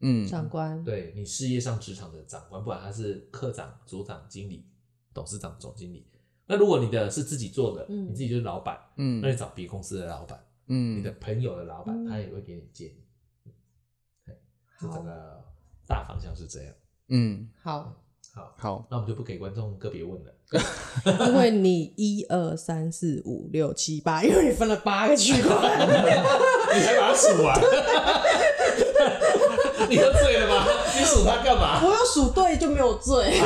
S1: 嗯
S3: 长官，
S2: 对你事业上职场的长官，不管他是科长、组长、经理、董事长、总经理。那如果你的是自己做的，
S3: 嗯
S2: 你自己就是老板，那
S1: 嗯
S2: 你找别公司的老板。
S1: 嗯，
S2: 你的朋友的老板，
S3: 嗯
S2: 他也会给你建议。对这
S3: 好
S2: 整个大方向是这样。
S1: 嗯
S3: 好，
S2: 好，
S1: 好，
S2: 那我们就不给观众个别问 [laughs] 了。
S3: 因为你一二三四五六七八，因为你分了八个区块，
S2: 你还把它数 [laughs] 完？你喝醉了吧？你数它干嘛？
S3: [laughs] 我有数对就没有罪，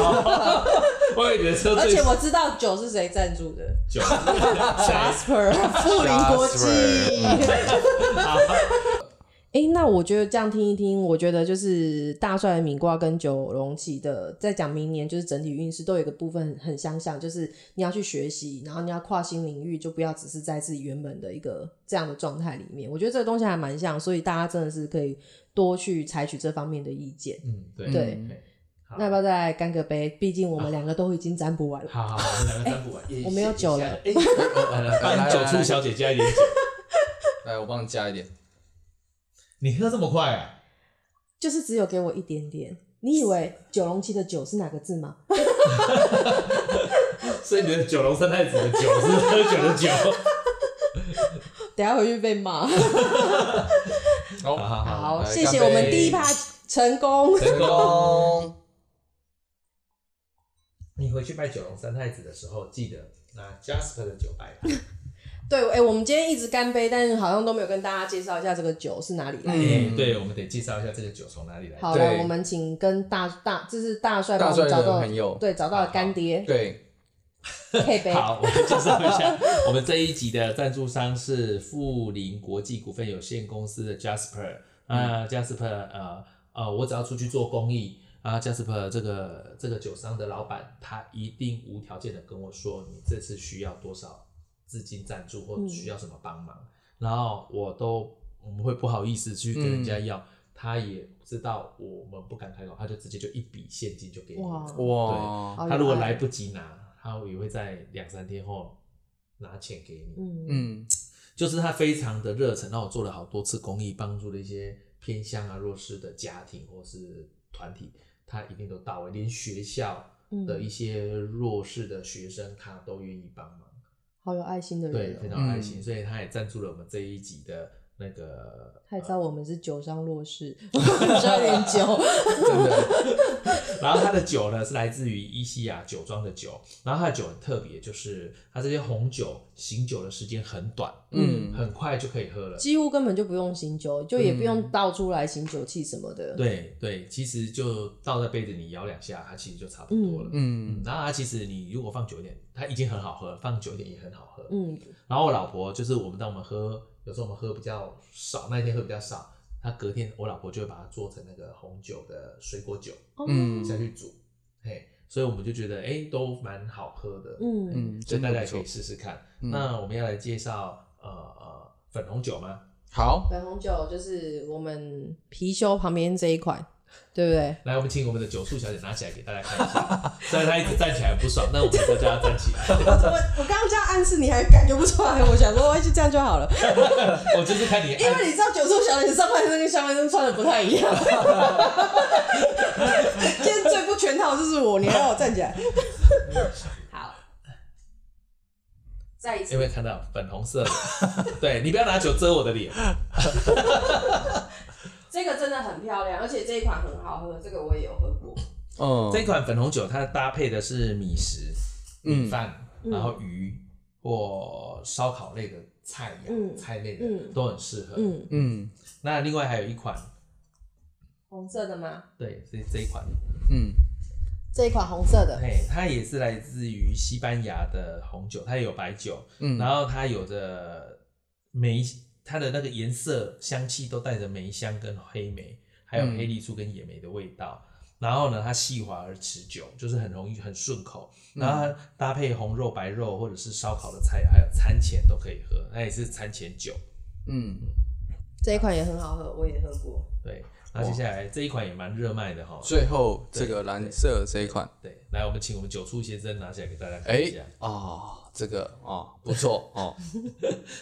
S2: 我也觉得车
S3: 而
S2: 醉
S3: 且我知道酒是谁赞助的
S2: [laughs] 酒。
S3: ，Jasper 富林国际。哎、那我觉得这样听一听，我觉得就是大帅的敏卦跟九龙旗的，在讲明年就是整体运势都有一个部分很相像，就是你要去学习，然后你要跨新领域，就不要只是在自己原本的一个这样的状态里面。我觉得这个东西还蛮像，所以大家真的是可以多去采取这方面的意见。
S2: 嗯，对
S3: 对
S2: 好
S3: 那要不要再干个杯？毕竟我们两个都已经占卜完了。
S2: 好好好，我们两个占卜完。耶
S3: [laughs] 我没有酒了。
S2: 谢谢哎我我来帮酒醋小姐加一点酒。
S1: 来我帮你加一点，
S2: 你喝这么快啊？
S3: 就是只有给我一点点。你以为九龙旗的九是哪个字吗？
S2: 所以你的九龙三太子的酒是喝酒的酒。
S3: 等一下回去被骂。
S1: 好
S2: 好好
S3: 好，
S1: 来
S3: 谢谢我
S1: 干
S3: 们
S1: 杯
S3: 第一趴成功。
S1: 成功，
S2: 你回去拜九龙三太子的时候，记得拿 Jasper 的酒拜他。
S3: 对，哎、我们今天一直干杯，但是好像都没有跟大家介绍一下这个酒是哪里来的。
S1: 嗯
S2: 嗯，对，我们得介绍一下这个酒从哪里来。
S3: 好
S1: 对
S3: 了，我们请跟大大，这是大帅帮
S1: 大
S3: 我
S1: 帅
S3: 们找
S1: 的
S3: 到
S1: 朋友，
S3: 对，找到了干爹
S1: 对，
S3: K 杯。
S2: 好，我们介绍一下，我们这一集的赞助商是富林国际股份有限公司的 Jasper。啊、j
S3: 嗯
S2: a s p e r 呃呃，我只要出去做公益啊，Jasper 这个这个酒商的老板，他一定无条件的跟我说，你这次需要多少资金赞助或嗯
S3: 嗯嗯
S2: 需要什么帮忙，然后我都我们会不好意思去跟人家要。他也知道我们不敢开口，他就直接就一笔现金就给你。
S3: 哇
S1: 哇，
S2: 他如果
S3: 好厉
S2: 来
S3: 害
S2: 不及拿，他也会在两三天后拿钱给你。
S3: 嗯
S1: 嗯
S2: 就是他非常的热忱，让我做了好多次公益，帮助了一些偏乡啊弱势的家庭或是团体，他一定都到位，连学校的一些弱势的学生，他都愿意帮忙，
S3: 好有爱心的
S2: 对，
S3: 人、
S2: 非
S3: 哦，
S2: 常有爱心，所以他也赞助了我们这一集的那个， [laughs]
S3: 太糟，我们是酒商弱势， [laughs] 十二点九，
S2: 真的。然后它的酒呢是来自于伊西亚酒庄的酒，然后它的酒很特别，就是它这些红酒醒酒的时间很短，
S1: 嗯
S2: 很快就可以喝了，
S3: 几乎根本就不用醒酒，就也不用倒出来醒酒器什么的。
S2: 对对，其实就倒在杯子里摇两下，它其实就差不多了。嗯
S1: 嗯
S2: 然后它其实你如果放久一点，它已经很好喝，放久一点也很好喝。
S3: 嗯，
S2: 然后我老婆就是我们当我们喝，有时候我们喝比较少，那一天喝比较少，她隔天我老婆就会把它做成那个红酒的水果酒
S3: 哦
S1: 嗯
S2: 下去煮，嘿，所以我们就觉得哎都蛮好喝的，
S3: 嗯
S2: 嘿
S1: 嗯
S2: 所以
S1: 真的
S2: 大
S1: 不
S2: 家也可以
S1: 错
S2: 试试看。
S1: 嗯
S2: 那我们要来介绍呃呃粉红酒吗？
S1: 好，
S3: 粉红酒就是我们貔貅旁边这一款，对不对？
S2: 来，我们请我们的酒宿小姐拿起来给大家看一下。 [laughs] 虽然她一直站起来很不爽，
S3: [laughs]
S2: 但我们都叫她站起来。
S3: [laughs] 我我刚刚这样暗示你还感觉不出来，我想说哎就这样就好了，
S2: 我就是看你
S3: 因
S2: [laughs]
S3: 为你知道九叔小姐上半身跟下半身穿的不太一样。 [laughs] 今天最不全套的就是我，你还让我站起来。 [laughs] 好，再一
S2: 有没有看到粉红色的？对你不要拿酒遮我的
S3: 哦
S2: 脸。
S3: 这个真的很漂亮，而且这一款很好喝，这个我也有喝过。
S1: 嗯
S2: 这款粉红酒它搭配的是米食、
S3: 嗯
S2: 米饭，然后鱼或烧烤类的菜肴、
S3: 嗯
S2: 菜类
S3: 嗯
S2: 的都很适合。
S3: 嗯，
S1: 嗯
S2: 那另外还有一款，
S3: 红色的吗？
S2: 对，这这一款，
S1: 嗯
S3: 这一款红色的，
S2: 嘿，它也是来自于西班牙的红酒，它也有白酒，
S1: 嗯，
S2: 然后它有着梅，它的那个颜色、香气都带着梅香跟黑莓，还有黑栗醋跟野莓的味道。然后呢，它细滑而持久，就是很容易很顺口。然后它搭配红肉、白肉或者是烧烤的菜，还有餐前都可以喝，那也是餐前酒。
S1: 嗯
S3: 这一款也很好喝，我也喝过。
S2: 对，那接下来这一款也蛮热卖的哈。
S1: 最后这个蓝色这一款，
S2: 对，来我们请我们九醋先生拿起来给大家看一
S1: 哎
S2: 下。
S1: 哦，这个哦不错哦，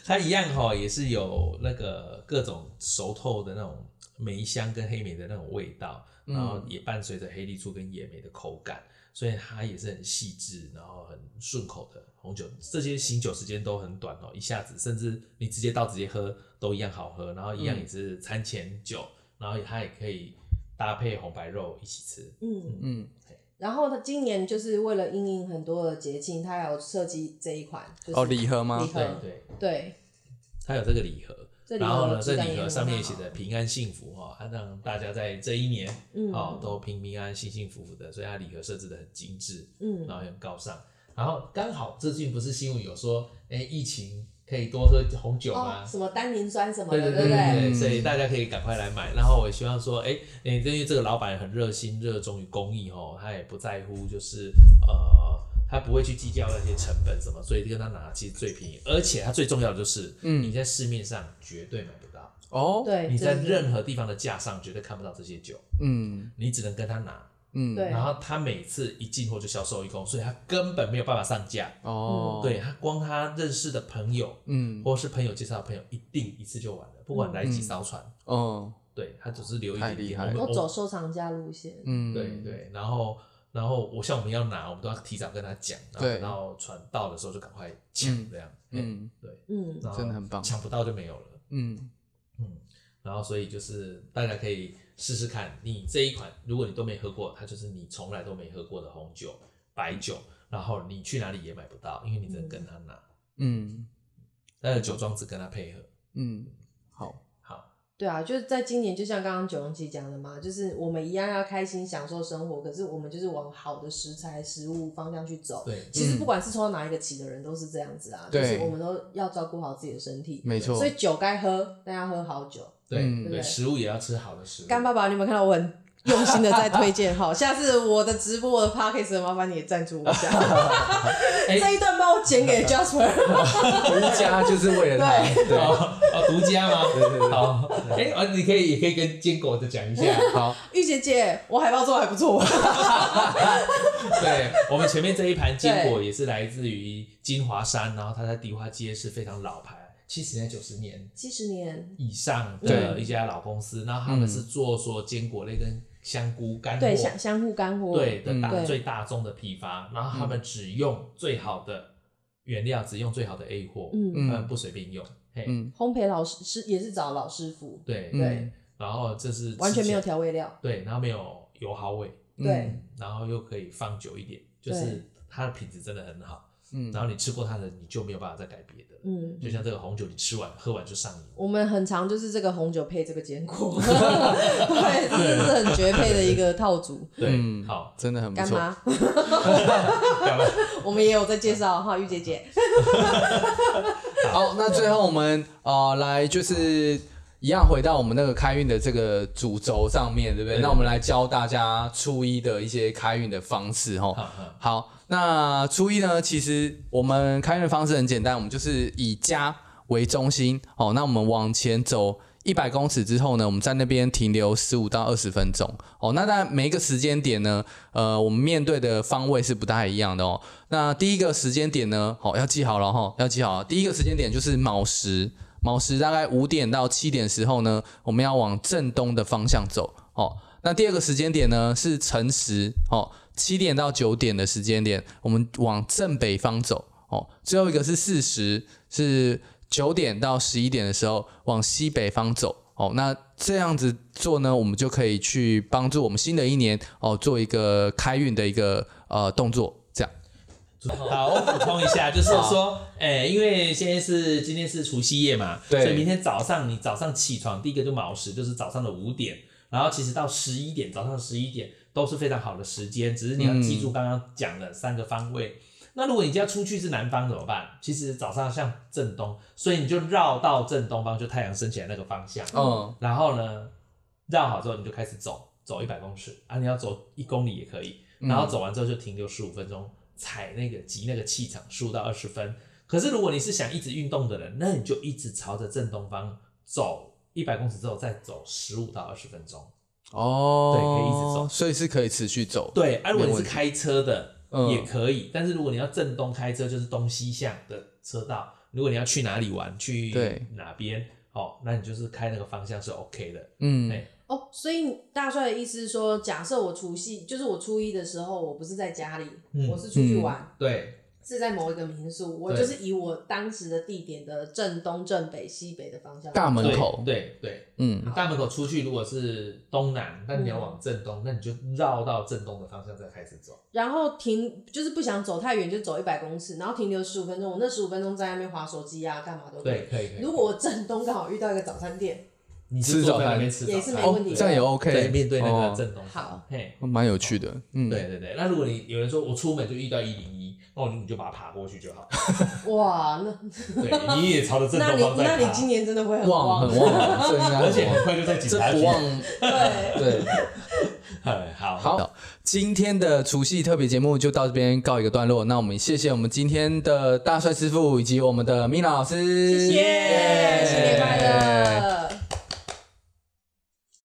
S2: 它一样哈、也是有那个各种熟透的那种梅香跟黑莓的那种味道，
S3: 嗯
S2: 然后也伴随着黑栗醋跟野莓的口感，所以它也是很细致，然后很顺口的红酒。这些醒酒时间都很短哦，一下子甚至你直接倒直接喝都一样好喝，然后一样也是餐前酒，然后它也可以搭配红白肉一起吃。
S3: 嗯，
S1: [laughs] 嗯
S3: 然后他今年就是为了因应很多的节庆，他有设计这一款，就是
S1: 哦礼盒吗
S3: 礼？
S2: 对
S3: 盒，
S2: 对，
S3: 对，
S2: 它有这个礼盒。
S3: 这礼盒
S2: 然后呢，这
S3: 质感
S2: 礼
S3: 也
S2: 盒
S3: 很
S2: 上面
S3: 好
S2: 也写着平安幸福哈、哦，让大家在这一年
S3: 嗯
S2: 哦，都平平安安、幸幸福福的，所以它礼盒设置的很精致，
S3: 嗯
S2: 然后也很高尚。然后刚好最近不是新闻有说，哎，疫情可以多喝红酒
S3: 哦
S2: 吗？，
S3: 什么单宁酸什么
S2: 对
S3: 的，
S2: 对对
S3: 对不
S2: 对
S3: 对？
S2: 对，所以大家可以赶快来买。然后我也希望说，哎、哎，因为这个老板很热心、热衷于公益哦，他也不在乎就是呃，他不会去计较那些成本什么，所以跟他拿其实最便宜，而且他最重要的就是，嗯，你在市面上绝对买不到，
S1: 哦，
S3: 对，
S2: 你在
S3: 哎真的
S2: 任何地方的架上绝对看不到这些酒，
S1: 嗯
S2: 你只能跟他拿。
S1: 嗯
S3: 对
S2: 然后他每次一进货就销售一空，所以他根本没有办法上架。
S3: 嗯
S1: 哦，
S2: 对他光他认识的朋友，
S1: 嗯
S2: 或是朋友介绍的朋友，一定一次就完了，不管来几艘船，
S1: 哦
S2: 对他只是留一
S1: 太
S2: 点
S1: 厉
S2: 点。
S1: 害
S2: 我们
S3: 都
S2: 我
S3: 走收藏家路线，
S1: 嗯
S2: 对对，然后然后我像我们要拿，我们都要提早跟他讲，然后
S1: 对
S2: 等到船到的时候就赶快抢这样，嗯，
S1: 嗯
S2: 对，
S3: 嗯，
S2: 然后
S1: 真的很棒
S2: 抢不到就没有了。
S1: 嗯
S2: 然后所以就是大家可以试试看，你这一款如果你都没喝过，它就是你从来都没喝过的红酒、白酒，然后你去哪里也买不到，因为你只能跟他拿，
S1: 嗯
S2: 但是酒庄只跟他配合。
S1: 嗯，好，
S2: 好，
S3: 对啊，就是在今年，就像刚刚九龙七讲的嘛，就是我们一样要开心享受生活，可是我们就是往好的食材、食物方向去走。
S2: 对
S3: 其实不管是抽到哪一个旗的人，都是这样子啊，
S1: 嗯
S3: 就
S1: 对
S3: 是我们都要照顾好自己的身体。
S1: 没错
S3: 所，以酒该喝，但要喝好酒。
S2: 对、
S1: 嗯
S2: 对，食物也要吃好的食物。
S3: 干爸爸，你有没有看到我很用心的在推
S2: [laughs]
S3: 荐。好，下次我的直播我的 p o c k e t 麻烦你也赞助我
S2: [laughs]
S3: 一下，
S2: 哎
S3: 这一段帮我剪给 Jasper。 [laughs]
S1: 独家就是为了他，对，
S2: 哦， [laughs] 哦独家 [laughs] 吗？好，哎，啊，你可以也可以跟坚果的 [laughs] 讲一下。
S1: 好，
S3: 玉姐姐，我海报做得还
S2: [laughs]
S3: 不错，
S2: 对我们前面这一盘坚果也是来自于金华山，然后它在迪化街是非常老牌，七十年、九十年
S3: 七十年。
S2: 以上的一家老公司，然后他们是做说坚果类跟香菇干货
S3: 对，相相互干货。
S2: 对
S1: 嗯
S2: 的大
S3: 对
S2: 最大宗的批发，然后他们只用最好的原料，只用最好的 A 货，
S3: 嗯，
S1: 嗯
S2: 他们不随便用，嘿，
S1: 嗯
S3: 烘焙老师是也是找老师傅，
S2: 对
S1: 嗯
S3: 对，
S2: 然后这是
S3: 完全没有
S2: 吃起
S3: 调味料
S2: 来，对，然后没有油耗味，
S3: 对，
S2: 然后又可以放久一点，就
S3: 对
S2: 是它的品质真的很好。
S1: 嗯
S2: 然后你吃过它的，你就没有办法再改别的了。
S3: 嗯。
S2: 就像这个红酒，你吃完喝完就上瘾。
S3: 我们很常就是这个红酒配
S2: [laughs]
S3: 这个坚果， [laughs] 对，这是很绝配的一个套组。
S1: 嗯
S2: 对，好，
S1: 真的很不
S3: 干
S1: 错。
S3: 妈，
S2: 干嘛？
S3: 我们也有在介绍哈，玉姐姐。
S1: [laughs] 好，那最后我们呃来就是一样回到我们那个开运的这个主轴上面，对不对？
S2: 对
S1: 那我们来教大家初一的一些开运的方式哦。
S2: 好好
S1: 好，那初一呢，其实我们开运的方式很简单，我们就是以家为中心哦。那我们往前走。一百公尺之后呢，我们在那边停留十五到二十分钟哦。那当然每一个时间点呢，呃，我们面对的方位是不太一样的哦。那第一个时间点呢，好、要记好了哈、要记好了。第一个时间点就是卯时，卯时大概五点到七点时候呢，我们要往正东的方向走哦。那第二个时间点呢是辰时，哦，七点到九点的时间点，我们往正北方走哦。最后一个是巳时，是九点到十一点的时候往西北方走。哦，那这样子做呢，我们就可以去帮助我们新的一年哦，做一个开运的一个呃动作，这样。
S2: 好，我补充一下，就是说，哎、因为现在是今天是除夕夜嘛，
S1: 对
S2: 所以明天早上你早上起床第一个就卯时，就是早上的五点，然后其实到十一点，早上十一点都是非常好的时间，只是你要记住刚刚讲的三个方位。那如果你要出去是南方怎么办？其实早上像正东，所以你就绕到正东方，就太阳升起来那个方向。
S1: 嗯
S2: 然后呢，绕好之后你就开始走，走一百公尺啊，你要走一公里也可以。
S1: 嗯
S2: 然后走完之后就停留十五分钟，踩那个集那个气场，十五到二十分。可是如果你是想一直运动的人，那你就一直朝着正东方走一百公尺之后再走十五到二十分钟。
S1: 哦，
S2: 对可以一直走
S1: 所以是可以持续走。
S2: 对，啊，如果
S1: 没
S2: 你
S1: 问
S2: 是
S1: 题
S2: 开车的
S1: 嗯
S2: 也可以，但是如果你要正东开车，就是东西向的车道。如果你要去哪里玩，去
S1: 对
S2: 哪边，哦，那你就是开那个方向是 OK 的。
S1: 嗯，
S2: 哎
S3: 哦，所以大帅的意思是说，假设我除夕，就是我初一的时候，我不是在家里，
S2: 嗯
S3: 我是出去
S1: 嗯
S3: 玩，
S2: 对，
S3: 是在某一个民宿，我
S2: 对
S3: 就是以我当时的地点的正东、正北、西北的方向。
S1: 大门口，
S2: 对对对，
S1: 嗯，
S2: 大门口出去，如果是东南，那你要往正东，那你就绕到正东的方向再开始走。
S3: 然后停，就是不想走太远，就走一百公尺，然后停留十五分钟。我那十五分钟在那边划手机啊，干嘛都可以。
S2: 对，可以可以。
S3: 如果我正东刚好遇到一个早餐店，
S2: 你
S1: 吃
S2: 是
S1: 早
S2: 坐在
S1: 餐
S2: 那边吃
S3: 也
S2: 早
S3: 是没
S2: 餐，
S1: 哦
S3: 问题，
S1: 这样也
S2: 对，
S1: OK，
S2: 面对那
S1: 哦
S2: 个正东。
S3: 好，
S2: 嘿，
S1: 蛮有趣的，嗯，
S2: 对对对。那如果你有人说我出门就遇到一零一，那我就你就把它爬过去就好。
S3: 哇，那
S2: 对，你也朝着正东
S3: 那你
S2: 方
S3: 那
S2: 在
S3: 你今
S2: 爬，
S3: 年真的会很
S1: 旺
S3: 旺，
S1: 很旺，这应该
S2: 而且
S1: 很旺
S2: 很快就在警察
S1: 这
S2: 局
S1: 不。旺，
S3: 对。
S1: 对。
S2: [laughs] 哎 [laughs] 好，
S1: 好，今天的除夕特别节目就到这边告一个段落。那我们谢谢我们今天的大帅师傅以及我们的米娜老师，
S3: 谢谢，新年快乐！